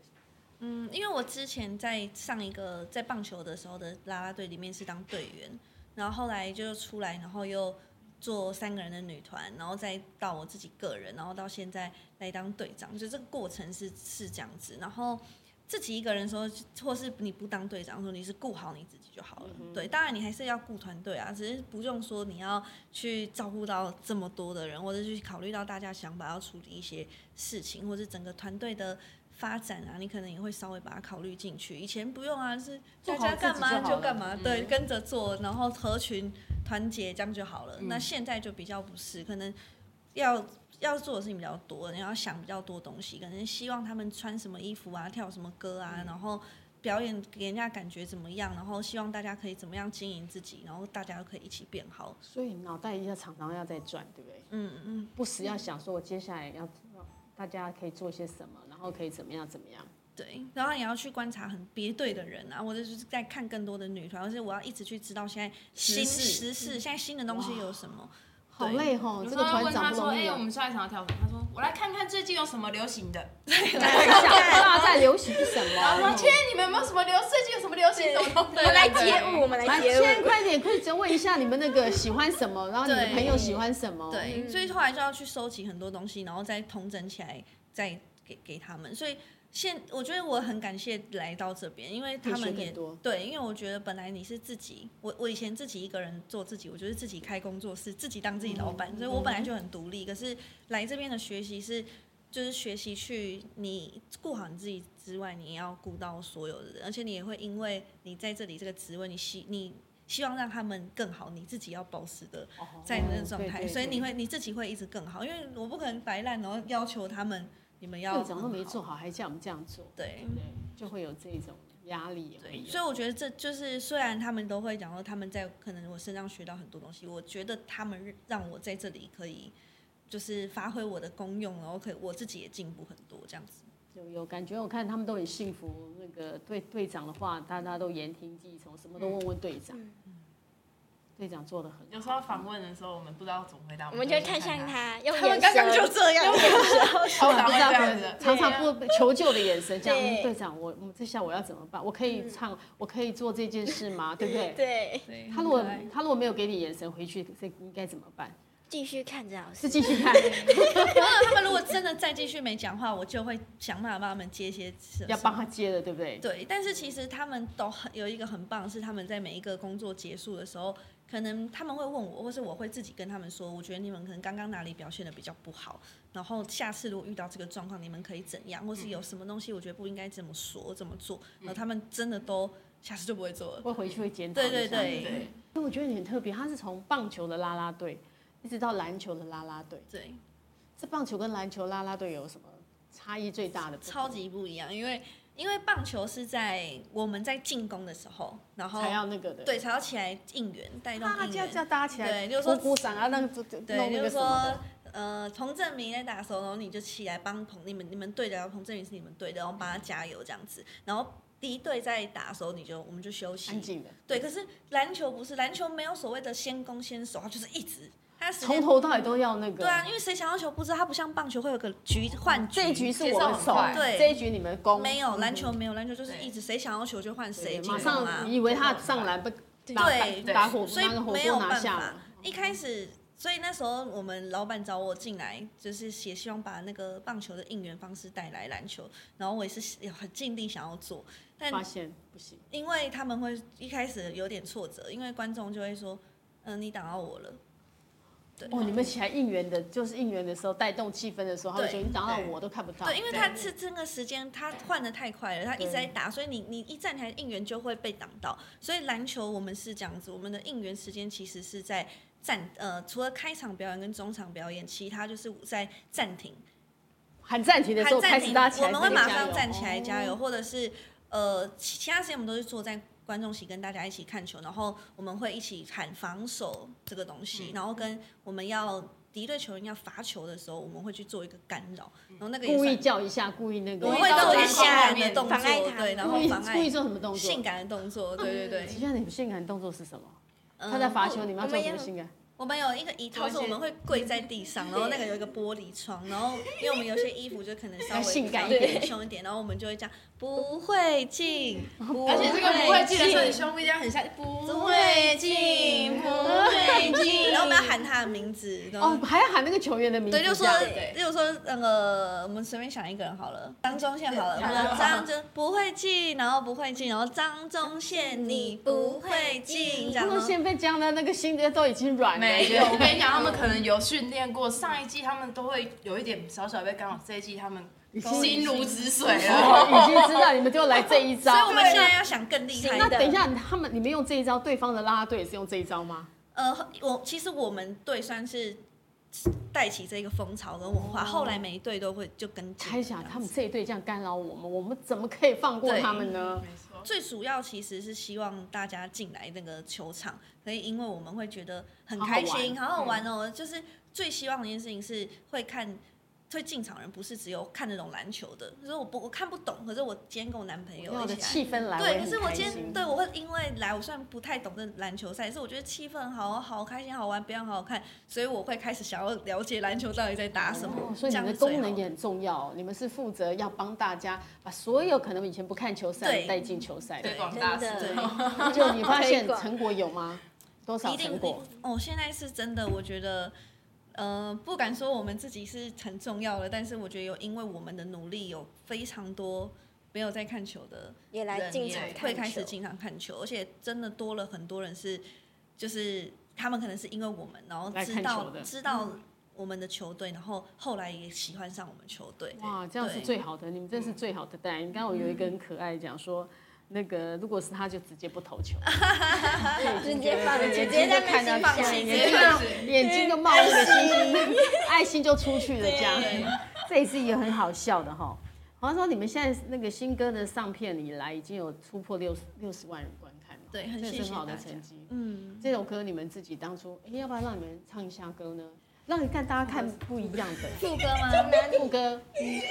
Speaker 4: 嗯，因为我之前在上一个在棒球的时候的啦啦队里面是当队员，然后后来就出来，然后又做三个人的女团，然后再到我自己个人，然后到现在来当队长，就这个过程是是这样子。然后自己一个人的时候，或是你不当队长的时候，你是顾好你自己就好了。
Speaker 2: 嗯
Speaker 4: 对，当然你还是要顾团队啊，只是不用说你要去照顾到这么多的人，或者去考虑到大家想法，要处理一些事情，或是整个团队的发展啊，你可能也会稍微把它考虑进去。以前不用啊，是
Speaker 2: 做
Speaker 4: 大
Speaker 2: 好
Speaker 4: 家干
Speaker 2: 自
Speaker 4: 嘛
Speaker 2: 己就好了嗯
Speaker 4: 就干嘛，对，跟着做，然后合群团结这样就好了。那
Speaker 2: 嗯
Speaker 4: 现在就比较不是，可能要。要做的事情比较多，你要想比较多东西，可能希望他们穿什么衣服啊，跳什么歌啊，
Speaker 2: 嗯
Speaker 4: 然后表演给人家感觉怎么样，然后希望大家可以怎么样经营自己，然后大家都可以一起变好。
Speaker 2: 所以脑袋一下常常要在转，对不对？
Speaker 4: 嗯嗯，
Speaker 2: 不时要想说，我接下来要大家可以做些什么，然后可以怎么样怎么样。
Speaker 4: 对。然后也要去观察很别队的人啊，或者是在看更多的女团，或者是我要一直去知道现在新
Speaker 3: 时事
Speaker 4: 时事，现在新的东西有什么。
Speaker 2: 好累哦，
Speaker 3: 有
Speaker 2: 这
Speaker 3: 时
Speaker 2: 个
Speaker 3: 候要
Speaker 2: 团
Speaker 3: 问他
Speaker 2: 长不
Speaker 3: 说：“
Speaker 2: 容
Speaker 3: 哎、
Speaker 2: 易
Speaker 3: 我
Speaker 2: 啊。
Speaker 3: 们下一场要跳什么？”他说：“我来看看最近有什么流行的。
Speaker 4: 哎
Speaker 2: 看一下大家在流行什”
Speaker 3: 然后说：“
Speaker 2: 么？
Speaker 3: 天，你们有没有什么流？最近有什么流行什么东
Speaker 1: 我
Speaker 3: 西？”
Speaker 1: 们来街舞，我们来
Speaker 2: 来，
Speaker 1: 街
Speaker 2: 先
Speaker 1: 舞。
Speaker 2: 快点，快点问一下你们那个喜欢什么，然后你的
Speaker 4: 对
Speaker 2: 朋友喜欢什么？
Speaker 4: 对，所以后来就要去收集很多东西，然后再统整起来，再给给他们。所以现我觉得我很感谢来到这边，因为他
Speaker 2: 可以
Speaker 4: 们
Speaker 2: 学
Speaker 4: 也
Speaker 2: 更多
Speaker 4: 对，因为我觉得本来你是自己，我我以前自己一个人做自己，我就是自己开工作室，自己当自己老板，
Speaker 2: 嗯
Speaker 4: 所以我本来就很独立。可是来这边的学习是。就是学习去你顾好你自己之外，你也要顾到所有的人，而且你也会因为你在这里这个职位，你希你希望让他们更好，你自己要保持的
Speaker 2: 哦
Speaker 4: 在你的状
Speaker 2: 对
Speaker 4: 态，
Speaker 2: 对
Speaker 4: 所以
Speaker 2: 对
Speaker 4: 你会你自己会一直更好，因为我不可能摆烂，然后要求他们你们要
Speaker 2: 队长都没
Speaker 4: 很好
Speaker 2: 做好，还叫我们这样做，
Speaker 4: 对
Speaker 2: 对不对？就会有这种压力也会
Speaker 4: 对，
Speaker 2: 有。
Speaker 4: 所以我觉得这就是虽然他们都会讲说他们在可能我身上学到很多东西，我觉得他们让我在这里可以就是发挥我的功用，然后可以我自己也进步很多这样子。
Speaker 2: 有有感觉，我看他们都很幸福。那个队队长的话，大家都言听计从，什么
Speaker 4: 嗯
Speaker 2: 都问问队长。队长做的很
Speaker 3: 有时
Speaker 2: 好。
Speaker 3: 候访问的时候，我们不知道怎么回答，
Speaker 1: 我们就会看向
Speaker 3: 他，
Speaker 1: 他，用
Speaker 4: 他们
Speaker 1: 眼
Speaker 4: 刚刚就
Speaker 1: 神。
Speaker 4: 这样，啊
Speaker 3: 常
Speaker 2: 不
Speaker 3: 常
Speaker 2: 知
Speaker 3: 会
Speaker 2: 道
Speaker 3: 这
Speaker 2: 怎
Speaker 3: 样
Speaker 2: 么
Speaker 3: 子，
Speaker 2: 啊常常不求救的眼神，这样嗯
Speaker 1: 对
Speaker 2: 队长，我我这下我要怎么办？我可以唱，我可以做这件事 吗？对不对？
Speaker 1: 对，
Speaker 4: 嗯对
Speaker 2: 他如果他如果没有给你眼神回去，这应该怎么办？
Speaker 1: 继续看着老
Speaker 2: 是
Speaker 1: 师。
Speaker 2: 继续看，
Speaker 4: 然后他们如果真的再继续没讲话，我就会想办法帮他们接一些
Speaker 2: 要帮他接了，对不对？
Speaker 4: 对，但是其实他们都很有一个很棒，是他们在每一个工作结束的时候，可能他们会问我，或是我会自己跟他们说，我觉得你们可能刚刚哪里表现的比较不好，然后下次如果遇到这个状况，你们可以怎样，或是
Speaker 2: 嗯
Speaker 4: 有什么东西我觉得不应该怎么说怎么做，然后他们真的都下次就不会做了。
Speaker 2: 会回去会检讨一下。
Speaker 4: 对对对
Speaker 2: 不因为我觉得你很特别，他是从棒球的啦啦队一直到篮球的啦啦队，
Speaker 4: 对，
Speaker 2: 这棒球跟篮球啦啦队有什么差异最大的不同？
Speaker 4: 超级不一样，因为因为棒球是在我们在进攻的时候，然后
Speaker 2: 才要那个的，
Speaker 4: 对才要起来应援，带动
Speaker 2: 啊，
Speaker 4: 应
Speaker 2: 这样
Speaker 4: 援
Speaker 2: 这。样搭起来，
Speaker 4: 对就是说
Speaker 2: 鼓鼓掌啊，那个弄
Speaker 4: 对，
Speaker 2: 那
Speaker 4: 就
Speaker 2: 个
Speaker 4: 是
Speaker 2: 什么
Speaker 4: 说
Speaker 2: 的，，
Speaker 4: 呃，彭正明在打的时候，然后你就起来帮彭你们你们队的，然后彭正明是你们队的，然后帮他加油这样子。然后敌队在打的时候，你就我们就休息。
Speaker 2: 安静的，
Speaker 4: 对，可是篮球不是，篮球没有所谓的先攻先守，它就是一直，它时
Speaker 2: 从
Speaker 4: 间
Speaker 2: 头到尾都要那个。
Speaker 4: 对啊，因为谁抢到球不知道，它不像棒球会有个局换局
Speaker 2: 这一局是我们
Speaker 3: 节
Speaker 2: 守
Speaker 3: 奏很快，
Speaker 4: 对
Speaker 2: 这一局你们攻，嗯
Speaker 4: 没有篮球没有篮球就是
Speaker 3: 对
Speaker 4: 一直谁抢到球就换谁
Speaker 2: 对
Speaker 4: 进
Speaker 2: 马
Speaker 4: 攻啊
Speaker 2: 上以为他上篮不打
Speaker 4: 对
Speaker 2: 打打火，
Speaker 4: 所以
Speaker 2: 拿个火
Speaker 4: 没
Speaker 2: 锅
Speaker 4: 有
Speaker 2: 拿
Speaker 4: 办
Speaker 2: 下
Speaker 4: 法
Speaker 2: 了。。
Speaker 4: 一开始，所以那时候我们老板找我进来，就是也希望把那个棒球的应援方式带来篮球，然后我也是有很尽力想要做，但
Speaker 2: 发现不行，
Speaker 4: 因为他们会一开始有点挫折，因为观众就会说，嗯、你挡到我了。对
Speaker 2: 哦，你们起来应援的，就是应援的时候带动气氛的时候，他们
Speaker 4: 对
Speaker 2: 觉得你挡到
Speaker 3: 对
Speaker 2: 我都看不到。
Speaker 4: 对，因为他是这个时间他换的太快了，他一直在打，所以你你一站台应援就会被挡到。所以篮球我们是这样子，我们的应援时间其实是在暂呃，除了开场表演跟中场表演，其他就是在暂停。
Speaker 2: 喊暂停的时候
Speaker 4: 喊
Speaker 2: 开
Speaker 4: 暂
Speaker 2: 始
Speaker 4: 停，
Speaker 2: 大家起来，
Speaker 4: 我们会马上站起
Speaker 2: 加
Speaker 4: 来
Speaker 2: 油
Speaker 4: 加油，或者是呃，其其他时间我们都是坐在观众席跟大家一起看球，然后我们会一起喊防守这个东
Speaker 2: 嗯
Speaker 4: 西，然后跟我们要敌对球员要罚球的时候，我们会去做一个干扰，然后那个也
Speaker 2: 嗯故意
Speaker 4: 算
Speaker 2: 叫一下，故意那个，
Speaker 4: 我们
Speaker 3: 故
Speaker 4: 会
Speaker 3: 意到
Speaker 4: 做一
Speaker 3: 篮
Speaker 4: 个
Speaker 3: 筐
Speaker 4: 吓
Speaker 3: 外
Speaker 4: 人
Speaker 3: 面
Speaker 4: 的动
Speaker 1: 妨碍
Speaker 4: 作，
Speaker 1: 他
Speaker 4: 对，然
Speaker 2: 故
Speaker 4: 后
Speaker 2: 意
Speaker 4: 妨
Speaker 2: 故意
Speaker 4: 碍
Speaker 2: 做什么动作？
Speaker 4: 性感的动作，对对对
Speaker 2: 其。实你们性感动作是什么？
Speaker 4: 嗯
Speaker 2: 他在罚球，你们要做
Speaker 1: 我们
Speaker 2: 什么
Speaker 1: 要
Speaker 2: 性感？
Speaker 4: 我们有一个一套是我们会跪在 地上，然后那个有一个玻璃窗，然后因为我们有些衣服就可能稍微
Speaker 2: 性感
Speaker 4: 比
Speaker 2: 一
Speaker 4: 较
Speaker 2: 点
Speaker 4: 凶一点，然后我们就会这样不会 进，而
Speaker 3: 而且这个不会进的时候，你胸部这样很像不
Speaker 4: 不会进，不会 进，然后我们要喊他的名字，然后
Speaker 2: 哦，还要喊那个球员的名字，
Speaker 4: 嗯对，就说
Speaker 2: 这样
Speaker 3: 对，
Speaker 4: 就说那个，我们随便想一个人好了，张忠宪好了，我们张就不会进，然后不会进，然后张忠宪你不会进，
Speaker 2: 他
Speaker 4: 这样
Speaker 2: 们
Speaker 4: 哦。
Speaker 2: 现在这样的那个心都已经软了，
Speaker 3: 没
Speaker 2: 就
Speaker 3: 有，我跟你讲，他们可能有训练过，上一季他们都会有一点小小被干扰，这一季他们心如止水了。
Speaker 2: 哦已经知道你们就来这一招。
Speaker 4: 所以我们现在要想更厉害
Speaker 2: 那
Speaker 4: 的
Speaker 2: 等一。下，他们你们用这一招，对方的啦啦队也是用这一招吗？
Speaker 4: 呃，我其实我们队算是带起这个风潮跟文化，后来每一队都会就跟进。
Speaker 2: 开想他们这一队这样干扰我们，我们怎么可以放过
Speaker 4: 对
Speaker 2: 他们呢？
Speaker 3: 没错，
Speaker 4: 最主要其实是希望大家进来那个球场，可以因为我们嗯会觉得很开心，好好玩哦。就是最希望的一件事情是会看会进场的人不是只有看得懂篮球的，可是我不我看不懂，可是我今天跟我男朋友
Speaker 2: 我
Speaker 4: 一
Speaker 2: 的
Speaker 4: 起来
Speaker 2: 气氛来，
Speaker 4: 对，
Speaker 2: 也
Speaker 4: 可
Speaker 2: 很
Speaker 4: 是我
Speaker 2: 开
Speaker 4: 今
Speaker 2: 心
Speaker 4: 天对我会因为来，我虽然不太懂这篮球赛，可是我觉得气氛好好开心、好玩，表演好好看，所以我会开始想要了解篮球到底在打什么。
Speaker 2: 哦所以
Speaker 4: 这
Speaker 2: 你
Speaker 4: 样
Speaker 2: 们的
Speaker 4: 是最
Speaker 2: 功能
Speaker 4: 好
Speaker 2: 也很重要，你们是负责要帮大家把所有可能以前不看球赛
Speaker 4: 对
Speaker 2: 的带进球赛的
Speaker 3: 推。广
Speaker 1: 真
Speaker 3: 大
Speaker 1: 的
Speaker 3: 师，
Speaker 2: 就你发现
Speaker 1: 推广
Speaker 2: 成果有吗？多少
Speaker 4: 一定
Speaker 2: 成果？
Speaker 4: 哦，现在是真的，我觉得，呃，不敢说我们自己是很重要的，但是我觉得有因为我们的努力，有非常多没有在看球的
Speaker 1: 也来
Speaker 4: 人
Speaker 1: 进
Speaker 4: 也
Speaker 1: 场看球，
Speaker 4: 会开始经常看球，而且真的多了很多人是，就是他们可能是因为我们，然后
Speaker 2: 来
Speaker 4: 知
Speaker 2: 看
Speaker 4: 道
Speaker 2: 球的
Speaker 4: 知道
Speaker 1: 嗯
Speaker 4: 我们的球队，然后后来也喜欢上我们球队。
Speaker 2: 哇，这样是
Speaker 4: 对
Speaker 2: 最好的，你们真是最好的带。你刚刚我有一个很可爱讲说，那个如果是他就直接不投球，
Speaker 1: 直接放，
Speaker 2: 眼
Speaker 1: 直
Speaker 2: 睛
Speaker 1: 接在
Speaker 2: 就
Speaker 1: 那
Speaker 2: 看
Speaker 1: 边
Speaker 2: 到
Speaker 1: 放
Speaker 4: 下
Speaker 1: 弃
Speaker 4: 一
Speaker 1: 直
Speaker 4: 个
Speaker 1: 接
Speaker 4: 对
Speaker 1: 放
Speaker 2: 眼睛就冒了个星星， 爱心就出去了这样。 这也是一个很好笑的哈。好像说你们现在那个新歌的上片以来已经有突破六六十万人观看了，
Speaker 4: 对，很
Speaker 2: 这
Speaker 4: 谢
Speaker 2: 是
Speaker 4: 谢
Speaker 2: 很好
Speaker 4: 大
Speaker 2: 的
Speaker 4: 家。
Speaker 2: 成绩。
Speaker 4: 嗯，
Speaker 2: 这首歌你们自己当初，哎，要不要让你们唱一下歌呢？让你看大家看不一样的
Speaker 4: 副歌吗？
Speaker 2: 副歌。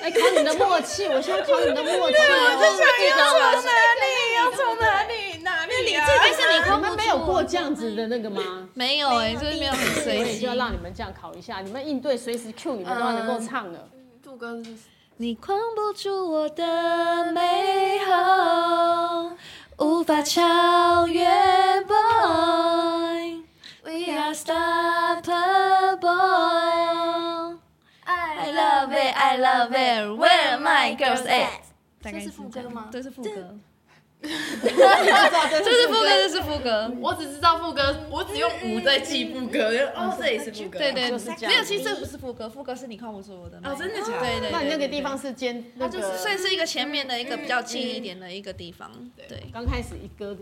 Speaker 2: 哎，考你的默契，我现在考你的默契哦。我就想
Speaker 3: 里要从哪里哪里啊？
Speaker 4: 但哎是你
Speaker 2: 哎你们没有过这样子的那个吗？
Speaker 4: 没有哎、就是没有很
Speaker 2: 所
Speaker 4: 随
Speaker 2: 以
Speaker 4: 机
Speaker 2: 就要。让你们这样考一下，你们应对随时 Q 你们都要能够唱了。
Speaker 3: 杜哥是
Speaker 4: 你框不住我的美好，无法超越 boy。We are unstoppable. I love it, I love it. Where are my girls at? 这
Speaker 3: 是副歌
Speaker 1: 啊
Speaker 3: 吗
Speaker 4: 这是副歌，
Speaker 2: 这
Speaker 4: 这是副歌，这是副歌。
Speaker 3: 我只知道副歌，我只用舞在记副歌，就哦，这也是副歌，
Speaker 4: 对对，
Speaker 2: 啊就是这样
Speaker 4: 没有，其实这不是副歌，副歌是你看我说我的美。
Speaker 3: 哦真的假的
Speaker 4: 对对对，
Speaker 2: 那你那个
Speaker 4: 对
Speaker 2: 地方是兼那
Speaker 3: 它就是
Speaker 2: 个，嗯
Speaker 4: 所以是一个前面的一个比较近一点的一个地方，对
Speaker 2: 刚开始一歌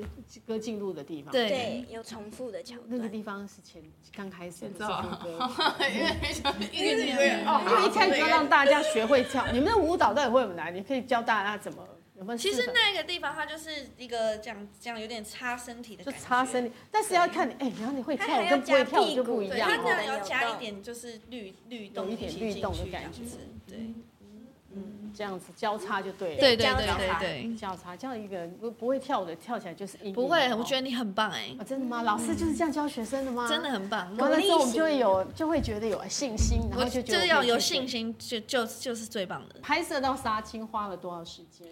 Speaker 2: 歌进入的地方。
Speaker 4: 对
Speaker 1: 对，有重复的桥
Speaker 2: 那个
Speaker 1: 段，
Speaker 2: 地方是前刚开始，不是
Speaker 3: 奏啊
Speaker 2: 副歌。
Speaker 3: 因为因为这个哦，
Speaker 2: 因为一开始就要让大家学会跳，你们的舞蹈到底会不会来？你可以教大家怎么有没有
Speaker 4: 其
Speaker 2: 试
Speaker 4: 实
Speaker 2: 着？
Speaker 4: 那个地方它就是一个这样这样有点擦身体的
Speaker 2: 就
Speaker 4: 感觉，
Speaker 2: 擦身体，但是要看你，哎，然后你会
Speaker 1: 它
Speaker 2: 跳
Speaker 1: 还
Speaker 2: 跟不会
Speaker 1: 要加
Speaker 2: 跳
Speaker 1: 屁
Speaker 2: 就不
Speaker 1: 股
Speaker 2: 一
Speaker 4: 对，
Speaker 2: 样
Speaker 4: 它
Speaker 1: 然
Speaker 4: 这
Speaker 1: 后
Speaker 2: 哦。
Speaker 4: 样要加一点就是律律动
Speaker 2: 有一点
Speaker 4: 起
Speaker 2: 律
Speaker 4: 进
Speaker 2: 动
Speaker 4: 去
Speaker 2: 的
Speaker 4: 这
Speaker 2: 感
Speaker 4: 样
Speaker 2: 觉嗯
Speaker 4: 子，对
Speaker 2: 这样子交叉就对了。
Speaker 4: 对对
Speaker 1: 交
Speaker 4: 对
Speaker 1: 叉
Speaker 4: 对
Speaker 2: 交叉，这样一个不不会跳舞的跳起来就是
Speaker 4: 对，不会，我觉
Speaker 2: 得
Speaker 4: 得你很棒哎，
Speaker 2: 哦真的吗？老师就是这样教学生的吗？
Speaker 4: 真的。很棒。
Speaker 2: 完了嗯之后我们就会
Speaker 1: 型
Speaker 2: 有就会觉得有信心，然后
Speaker 4: 我
Speaker 2: 就觉得
Speaker 4: 这要有
Speaker 2: 心。
Speaker 4: 信心，就就就是最棒的。
Speaker 2: 拍摄到杀青花了多少时间？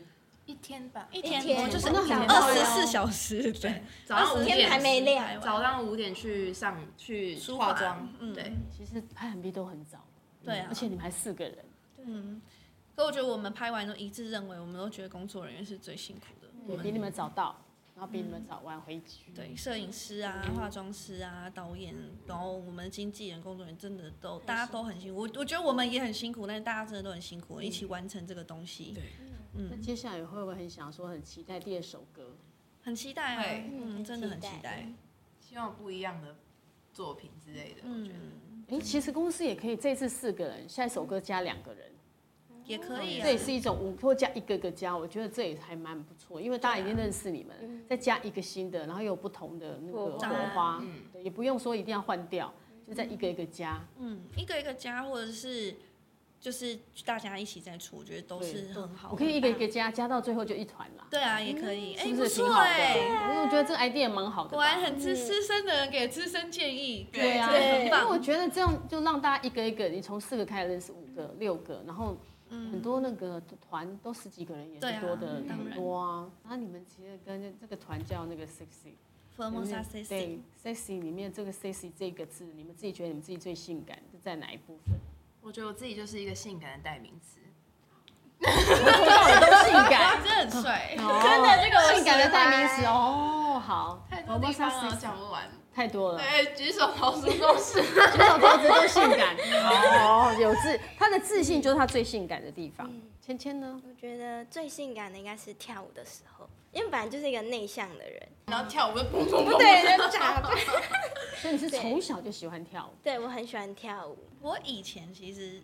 Speaker 3: 一天吧，
Speaker 4: 一
Speaker 1: 天
Speaker 4: 天我就是
Speaker 2: 哦那很
Speaker 4: 二
Speaker 2: 快
Speaker 4: 十
Speaker 2: 哦
Speaker 4: 四小时，对，
Speaker 3: 早上五
Speaker 1: 天
Speaker 3: 点
Speaker 1: 还没亮，
Speaker 3: 早上五点去上去
Speaker 4: 舒
Speaker 3: 化
Speaker 4: 缓
Speaker 3: 妆，
Speaker 4: 嗯
Speaker 3: 对，
Speaker 2: 其实拍 MV 都很早，
Speaker 4: 对啊
Speaker 2: 而。且你们还四个人，
Speaker 4: 嗯可我觉得我们拍完之后一致认为，我们都觉得工作人员是最辛苦的。我
Speaker 2: 我比
Speaker 4: 们
Speaker 2: 你们早到，然后比你们早晚回去。
Speaker 4: 对摄影师啊、化妆师啊、导演，然后我们经纪人、工作人员真的都大家都很辛苦。我我觉得我们也很辛苦，但是大家真的都很辛苦，一起完成这个东西。嗯
Speaker 3: 对
Speaker 2: 那接下来会不会很想说，很期待第二首歌？
Speaker 4: 很期待啊
Speaker 3: 对，
Speaker 4: 嗯，真的很期
Speaker 1: 很期
Speaker 4: 待
Speaker 1: 待。
Speaker 3: 希望有不一样的作品之类的，我觉得。
Speaker 4: 嗯，
Speaker 2: 哎，其实公司也可以，这次四个人，下一首歌加两个人，
Speaker 4: 也可以啊
Speaker 2: 这。也是一种五或加一个个加，我觉得这也还蛮不错，因为大家已经认识你们了，再加一个新的，然后有不同的那个
Speaker 1: 火
Speaker 2: 嗯火
Speaker 1: 花
Speaker 2: 花
Speaker 3: 嗯，
Speaker 2: 对，也不用说一定要换掉，就再一个一个加，
Speaker 4: 嗯，一个一个加，或者是就是大家一起再出，我觉得都
Speaker 2: 对
Speaker 4: 是很好。
Speaker 2: 我可以一个一个加，加到最后就一团啦。
Speaker 4: 对啊，也可以。哎，
Speaker 2: 是不
Speaker 4: 不
Speaker 2: 是挺
Speaker 4: 错
Speaker 2: 好的？
Speaker 4: 哎，
Speaker 2: 因为我觉得这个 idea 蛮好的吧。
Speaker 4: 果然很资资深的人给资深建议。
Speaker 2: 对啊，
Speaker 1: 对
Speaker 2: 因为我觉得这样就让大家一个一个，你从四个开始认识五个、六个，然后
Speaker 4: 嗯
Speaker 2: 很多那个团都十几个人也
Speaker 4: 对
Speaker 2: 是
Speaker 4: 啊
Speaker 2: 多的，
Speaker 4: 当
Speaker 2: 很
Speaker 4: 然
Speaker 2: 多啊。然后你们其实跟这个团叫那个 sexy，
Speaker 4: Formosa
Speaker 2: 里面嗯
Speaker 4: CC。
Speaker 2: 对 sexy 里面这个 sexy 这个字，你们自己觉得你们自己最性感是在哪一部分？
Speaker 3: 我觉得我自己就是一个性感的代名词，
Speaker 2: 从头到尾都性感，
Speaker 4: 真的很帅，
Speaker 2: 真的这个性感的代名词哦。好，
Speaker 3: 太多地
Speaker 2: Formosa
Speaker 3: 方了
Speaker 2: sexy
Speaker 3: 讲不完。
Speaker 2: 太多了。
Speaker 3: 对，举手投足都是。
Speaker 2: 举手投足都性感哦，有自他的自信就是他最性感的地方。嗯芊芊呢？
Speaker 1: 我觉得最性感的应该是跳舞的时候，因为本来就是一个内向的人，
Speaker 3: 然后 跳舞就砰砰砰，
Speaker 1: 对，人假的。
Speaker 2: 所以你是从小就喜欢跳舞，
Speaker 1: 对我很喜欢跳舞，
Speaker 4: 我以前其实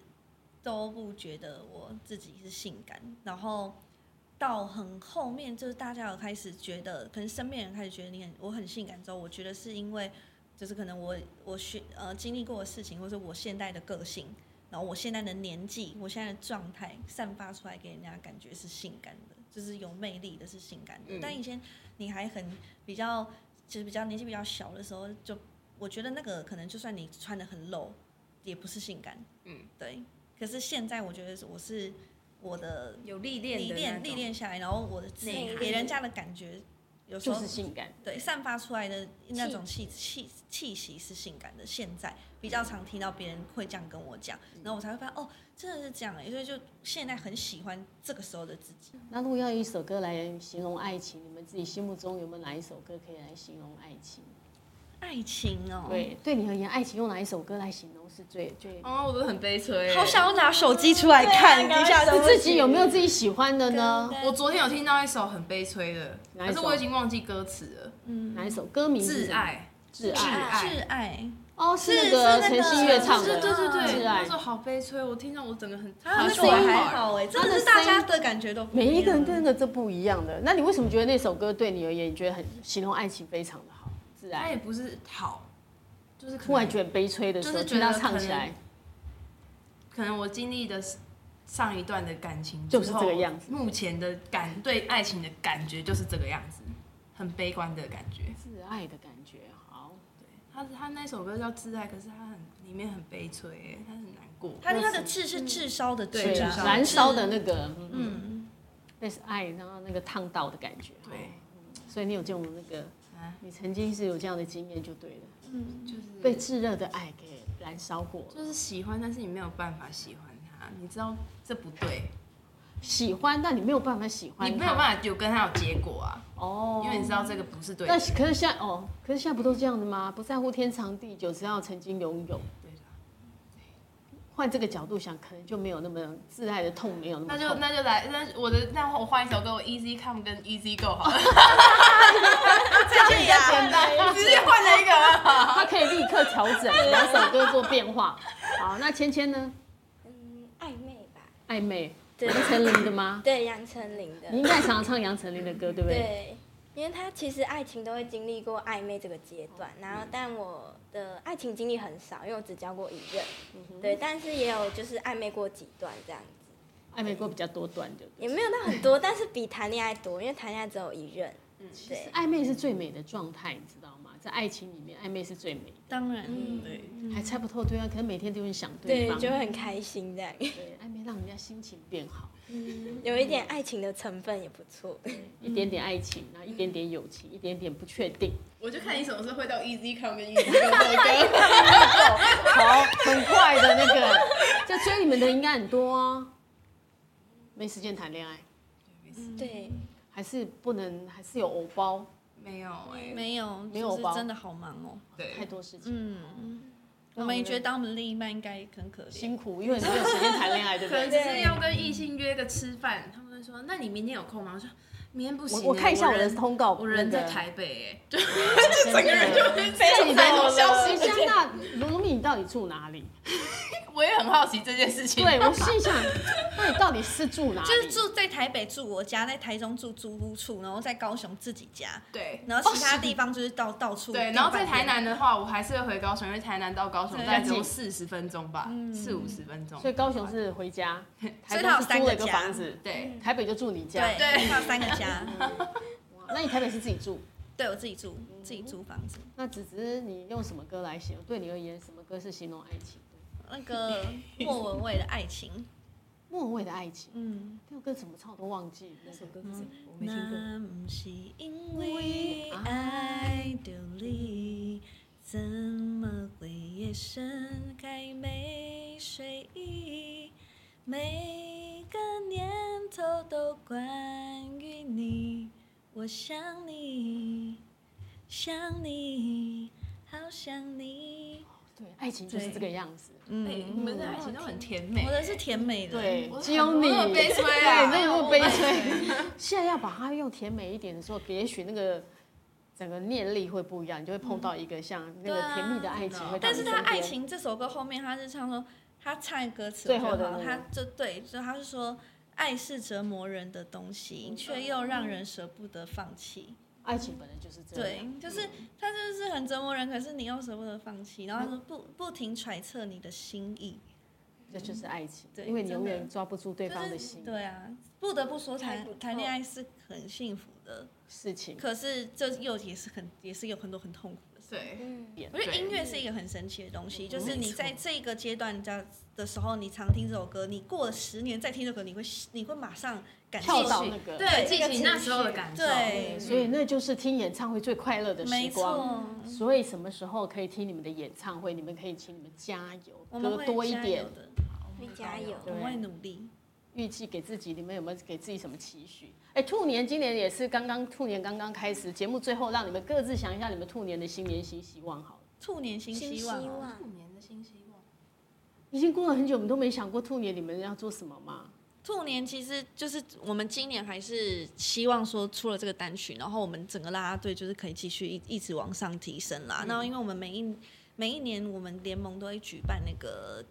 Speaker 4: 都不觉得我自己是性感，然后到很后面，就是大家有开始觉得，可能身边人开始觉得你很我很性感之后，我觉得是因为就是可能我我学呃经历过的事情，或者我现在的个性，然后我现在的年纪，我现在的状态散发出来给人家感觉是性感的，就是有魅力的，是性感的。
Speaker 3: 嗯
Speaker 4: 但以前你还很比较，就是比较年纪比较小的时候，就我觉得那个可能就算你穿的很露，也不是性感。
Speaker 3: 嗯，
Speaker 4: 对。可是现在我觉得我是我的
Speaker 3: 有历练
Speaker 4: 历
Speaker 3: 的那
Speaker 4: 练
Speaker 3: 种
Speaker 4: 历，练下来，然后我的自
Speaker 1: 内
Speaker 4: 己
Speaker 1: 涵
Speaker 4: 给人家的感觉，有时
Speaker 2: 就
Speaker 4: 候
Speaker 2: 是性感。
Speaker 4: 对，散发出来的那种气气气息是性感的。现在比较常听到别人会这样跟我讲，
Speaker 3: 嗯
Speaker 4: 然后我才会发现哦，真的是这样欸。所以就现在很喜欢这个时候的自己。
Speaker 2: 那如果要一首歌来形容爱情，你们自己心目中有没有哪一首歌可以来形容爱情？
Speaker 4: 爱情哦，，
Speaker 2: 对，对你而言，爱情用哪一首歌来形容是最最？
Speaker 3: 哦，我都很悲催，
Speaker 4: 好。想要拿手机出
Speaker 3: 啊
Speaker 4: 来看一下
Speaker 2: 你
Speaker 4: 自哦
Speaker 2: 自己有没有自己喜欢的呢？
Speaker 4: 己。
Speaker 3: 我昨天有听到一首很悲催的，
Speaker 2: 哪一
Speaker 3: 可
Speaker 2: 首嗯
Speaker 3: 是我已经忘记歌词了，
Speaker 4: 嗯
Speaker 2: 哪一首歌名？
Speaker 3: 《挚，爱
Speaker 2: 挚
Speaker 3: 挚
Speaker 2: 爱。
Speaker 3: 爱
Speaker 4: 挚爱，
Speaker 2: 哦，是那
Speaker 4: 是
Speaker 2: 个
Speaker 4: 是那
Speaker 2: 陈
Speaker 4: 个
Speaker 2: 星月唱
Speaker 3: 对
Speaker 2: 的，
Speaker 4: 是
Speaker 3: 对对
Speaker 2: 挚
Speaker 3: 对，
Speaker 2: 爱
Speaker 3: 那时候好悲催，我听到我整个很，
Speaker 4: 啊，那
Speaker 2: 是
Speaker 4: 个我
Speaker 2: 我
Speaker 4: 还
Speaker 3: 欸
Speaker 4: 好哎，真的是大家的感觉都不
Speaker 2: 每
Speaker 4: 样
Speaker 2: 一个人跟那个这不一样的。那你为什么觉得那首歌对你而言，你觉得很形容爱情非常的好？自
Speaker 3: 他
Speaker 2: 爱。
Speaker 3: 也不是好，就是可能
Speaker 2: 突然觉得悲催的时候，
Speaker 3: 就是觉
Speaker 2: 听
Speaker 3: 得
Speaker 2: 他唱起来，
Speaker 3: 可能我经历的上一段的感情
Speaker 2: 就是这个样
Speaker 3: 子，目前的感对爱情的感觉就是这个样子，很悲观的感觉。
Speaker 2: 自爱的感觉好。
Speaker 3: 他他那首歌叫《挚爱》，可是他很里面很悲催耶，他很难过。
Speaker 4: 他他的炙是嗯炙烧的
Speaker 3: 对
Speaker 4: 炙
Speaker 2: 对
Speaker 4: 啊，
Speaker 2: 啊
Speaker 3: 至少
Speaker 2: 燃烧的那个，嗯，
Speaker 4: 嗯，
Speaker 2: 那是爱，然后那个烫到的感觉。嗯
Speaker 3: 对，
Speaker 2: 所以你有这种那个
Speaker 3: 啊，
Speaker 2: 你曾经是有这样的经验就对了，
Speaker 3: 就是
Speaker 2: 被炙热的爱给燃烧过。
Speaker 3: 就是喜欢，但是你没有办法喜欢他，你知道这不对，
Speaker 2: 喜欢，但你没有办法喜欢
Speaker 3: 你没
Speaker 2: 他，
Speaker 3: 有办法有跟他有结果啊，
Speaker 2: 哦，
Speaker 3: 因为你知道这个不是对的
Speaker 2: 但。是可是现在哦，可是现在不都这样的吗？不在乎天长地久，只要曾经拥有。
Speaker 3: 对的
Speaker 2: 换这个角度想，可能就没有那么自爱的痛，没有那么
Speaker 3: 那
Speaker 2: 痛。
Speaker 3: 就那就来，那我的那我换一首歌，我 Easy Come 跟 Easy Go 好了，
Speaker 2: 哦
Speaker 4: 这样比较简单。
Speaker 3: 直接换了一个。啊
Speaker 2: 啊他可以立刻调整
Speaker 1: 啊
Speaker 2: 两首歌做变化。好，那芊芊呢？
Speaker 1: 嗯，暧昧吧，
Speaker 2: 暧昧，
Speaker 1: 对
Speaker 2: 杨丞琳的吗？
Speaker 1: 对，杨丞琳
Speaker 2: 你应
Speaker 1: 的，
Speaker 2: 该常常唱杨丞琳的歌，对不对？
Speaker 1: 对，因为他其实爱情都会经历过暧昧这个阶段，然后但我的爱情经历很少，因为我只交过一任，对，但是也有就是暧昧过几段这样子，
Speaker 2: 暧昧歌比较多段的。
Speaker 1: 也没有到很多， 但是比谈恋爱多，因为谈恋爱只有一任，对，
Speaker 2: 暧昧是最美的状态，你知道吗？在爱情里面，暧昧是最美的，
Speaker 4: 当然，
Speaker 3: 对，
Speaker 2: 还猜不透对啊方，可能每天都会想
Speaker 1: 对，
Speaker 2: 方。
Speaker 1: 就会很开心这样，
Speaker 2: 对，暧昧让人家心情变好，
Speaker 1: 有一点爱情的成分也不错。
Speaker 2: 一点点爱情，然后一点点友情，一点点不确定。
Speaker 3: 我就看你什么时候会 到 Easy Come 跟 Easy Go 的歌。
Speaker 2: 好，很快的那个，就追你们的应该很多啊，没时间谈恋爱，嗯
Speaker 1: 对，
Speaker 2: 还是不能，还是有偶包，
Speaker 3: 没有哎，
Speaker 4: 没有，
Speaker 2: 没有
Speaker 4: 就是
Speaker 2: 吧
Speaker 4: 真的好忙哦。
Speaker 2: 太
Speaker 3: 对，
Speaker 2: 多事情，
Speaker 4: 嗯，我们也觉得当我们另一半应该很可怜。
Speaker 2: 辛苦，因为你没有时间谈恋爱，对不
Speaker 3: 可能
Speaker 2: 对？
Speaker 3: 只是要跟异性约个吃饭，他们会说，那你明天有空吗？我说明天不行欸，
Speaker 2: 我我看一下我的
Speaker 3: 人
Speaker 2: 通告，
Speaker 3: 我人在
Speaker 2: 那个
Speaker 3: 台北哎，就
Speaker 2: 整个人就
Speaker 3: 非常在乎消
Speaker 2: 哎
Speaker 3: 息。
Speaker 2: 香娜，卢米，你到底住哪 里？
Speaker 3: 我也很好奇这件事情。
Speaker 2: 对，我心想，那你到底是住哪里？
Speaker 4: 就是住在台北住我家，在台中住租屋处，然后在高雄自己家，
Speaker 3: 对
Speaker 4: 然后其他地方就是到到处。
Speaker 3: 对，然后在台，南的话，我还是会回高雄，因为台南到高雄
Speaker 4: 对
Speaker 3: 大概只有四十分钟吧，四五十分钟
Speaker 2: 嗯所。以高雄是回 家，台
Speaker 4: 所以他有
Speaker 2: 中是
Speaker 4: 三
Speaker 2: 租
Speaker 4: 个
Speaker 2: 了一个
Speaker 4: 家
Speaker 2: 房子，
Speaker 3: 对，
Speaker 2: 台北就住你家。
Speaker 4: 对，
Speaker 3: 对
Speaker 4: 他有三个家，
Speaker 2: 哇那你台北是自己住？
Speaker 4: 对我自己住，自己租房子。
Speaker 2: 那只是你用什么歌来形容？对你而言，什么歌是形容爱情的？
Speaker 4: 那 个莫文蔚的爱情，
Speaker 2: 莫文蔚的爱情，
Speaker 4: 嗯，
Speaker 2: 这首歌怎么唱都忘记那
Speaker 1: 嗯
Speaker 2: 首歌。
Speaker 3: 我没听过。
Speaker 4: 那不是因为爱着你，怎么会也盛开没睡意？每个念头都关于你，我想你，想你，好想你。
Speaker 2: 对，爱情就是这个样子。
Speaker 4: 嗯
Speaker 3: 哎，你们的爱情都很甜美
Speaker 4: 我。的是甜美的，
Speaker 2: 对
Speaker 3: 我，
Speaker 2: 只有你。
Speaker 3: 我很悲催啊！
Speaker 2: 对，那个悲催。 现在要把它用甜美一点的时候，也许那个整个念力会不一样，你就会碰到一个像那
Speaker 4: 对
Speaker 2: 个
Speaker 4: 啊
Speaker 2: 甜蜜的爱情会到
Speaker 4: 但
Speaker 2: 你
Speaker 4: 是
Speaker 2: 身
Speaker 4: 他
Speaker 2: 边。
Speaker 4: 《爱情》这首歌后面，他是唱说他唱歌词
Speaker 2: 最
Speaker 4: 我觉
Speaker 2: 后
Speaker 4: 得
Speaker 2: 的
Speaker 4: 好
Speaker 2: 那
Speaker 4: 他
Speaker 2: 个
Speaker 4: 就对，就他是说爱是折磨人的东西，却
Speaker 2: 嗯
Speaker 4: 又让人舍不得放弃。
Speaker 2: 爱情本来就是这样。
Speaker 4: 对，就是
Speaker 2: 嗯
Speaker 4: 他就是很折磨人，可是你又舍不得放弃，然后他说不不停揣测你的心意，
Speaker 2: 这就是爱情，
Speaker 4: 对
Speaker 2: 因为你永
Speaker 4: 真
Speaker 2: 远
Speaker 4: 的
Speaker 2: 抓不住对
Speaker 4: 就
Speaker 2: 方的
Speaker 4: 是
Speaker 2: 心
Speaker 4: 对啊，不得不说
Speaker 1: 还
Speaker 4: 谈
Speaker 1: 不错
Speaker 4: 谈恋爱是很幸福的，
Speaker 2: 事情。
Speaker 4: 可是这又也是很也是有很多很痛苦的事。
Speaker 3: 对，
Speaker 1: 嗯，
Speaker 4: 我觉得
Speaker 3: 对
Speaker 4: 音乐是一个很神奇的东西，
Speaker 3: 嗯
Speaker 4: 就是你在这个阶段的的时候，你常听这首歌，你过了十年再听这首歌，你会你会马上感
Speaker 2: 嗯
Speaker 4: 受
Speaker 2: 跳
Speaker 4: 到
Speaker 2: 到那个
Speaker 3: 对，
Speaker 4: 这
Speaker 3: 记
Speaker 4: 个
Speaker 3: 起
Speaker 4: 情
Speaker 3: 你那时候的
Speaker 4: 绪
Speaker 3: 感受，嗯
Speaker 4: 对
Speaker 2: 对，哎所以那就是听演唱会最快乐的时
Speaker 4: 嗯没
Speaker 2: 光。
Speaker 4: 错，
Speaker 2: 所以什么时候可以听你们的演唱会？你们可以请你们加油，
Speaker 4: 我们
Speaker 2: 歌
Speaker 4: 会
Speaker 2: 多一
Speaker 4: 加油
Speaker 2: 点。
Speaker 4: 的，
Speaker 1: 会加油。
Speaker 4: 我
Speaker 2: 对
Speaker 4: 们会努力。
Speaker 2: 预计给自己，你们有没有给自己什么期许？哎，兔年今年也是刚刚，兔年刚刚开始，节目最后让你们各自想一下你们兔年的新年新希望好了。
Speaker 4: 兔年新
Speaker 1: 新
Speaker 4: 希望
Speaker 1: 希
Speaker 4: 哦，
Speaker 1: 望
Speaker 3: 兔年的新希望，
Speaker 2: 已经过了很久，我们都没想过兔年你们要做什么嘛？
Speaker 4: 兔年其实就是我们今年还是希望说出了这个单曲，然后我们整个啦啦队就是可以继续一一直往上提升啦。那、因为我们每一每一年我们联盟都会举办那个。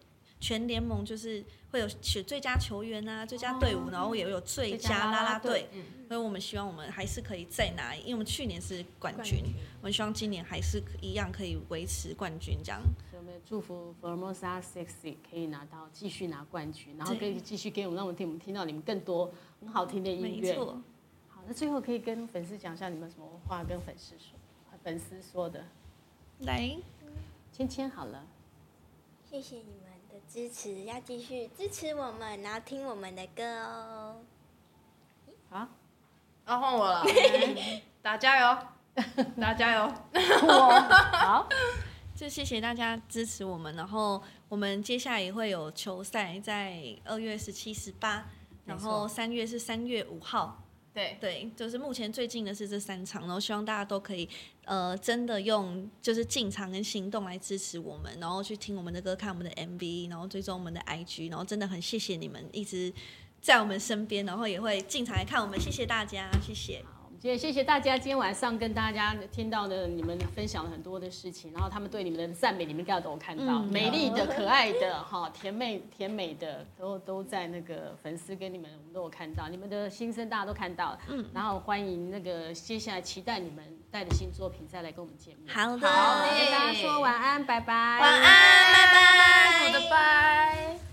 Speaker 4: 全联盟就是会有选最佳球员啊、最佳队伍，然后也有最
Speaker 2: 最佳
Speaker 4: 佳啦
Speaker 2: 啦
Speaker 4: 啦
Speaker 2: 啦队
Speaker 4: 队，嗯所以我们希望我们还是可以再拿，因为我们去年是冠军，我们希望今年还是一样可以维持冠军这样。
Speaker 2: 所以我们祝福 Formosa Sexy 可以拿到继续拿冠军，然后
Speaker 4: 对
Speaker 2: 可以继续给我们让我们听，我们听到你们更多很好听的音
Speaker 4: 没
Speaker 2: 乐。
Speaker 4: 错，
Speaker 2: 好，那最后可以跟粉丝讲一下你们有什么话跟粉丝说，粉丝说的。
Speaker 4: 来，
Speaker 2: 芊芊好了，
Speaker 1: 谢谢你们的支持，要继续支持我们，然后听我们的歌哦。
Speaker 2: 啊，
Speaker 3: 啊，换我 了，大家加 油，大家加油，
Speaker 2: 好，
Speaker 4: 就谢谢大家支持我们，然后我们接下来也会有球赛，在二月十七、十八，然后三月是三月五号，
Speaker 3: 对，
Speaker 4: 对，就是目前最近的是这三场，然后希望大家都可以呃真的用就是进场跟行动来支持我们，然后去听我们的歌，看我们的 MV，然后追踪我们的 IG，然后真的很谢谢你们一直在我们身边，然后也会进场来看我们，谢谢大家，谢谢，
Speaker 2: 好，我们今天谢谢大家，今天晚上跟大家听到的你们分享了很多的事情，然后他们对你们的赞美，你们应该都有看到，
Speaker 4: 嗯
Speaker 2: 美丽的、可爱的、哈甜美、甜美的，都都在那个粉丝跟你们，我们都有看到，你们的心声大家都看到，嗯，然后欢迎那个接下来期待你们带的新作品再来跟我们见面。
Speaker 4: 好的，
Speaker 2: 好，我们跟大家说晚安，拜拜，晚
Speaker 4: 晚安，拜拜
Speaker 3: 拜。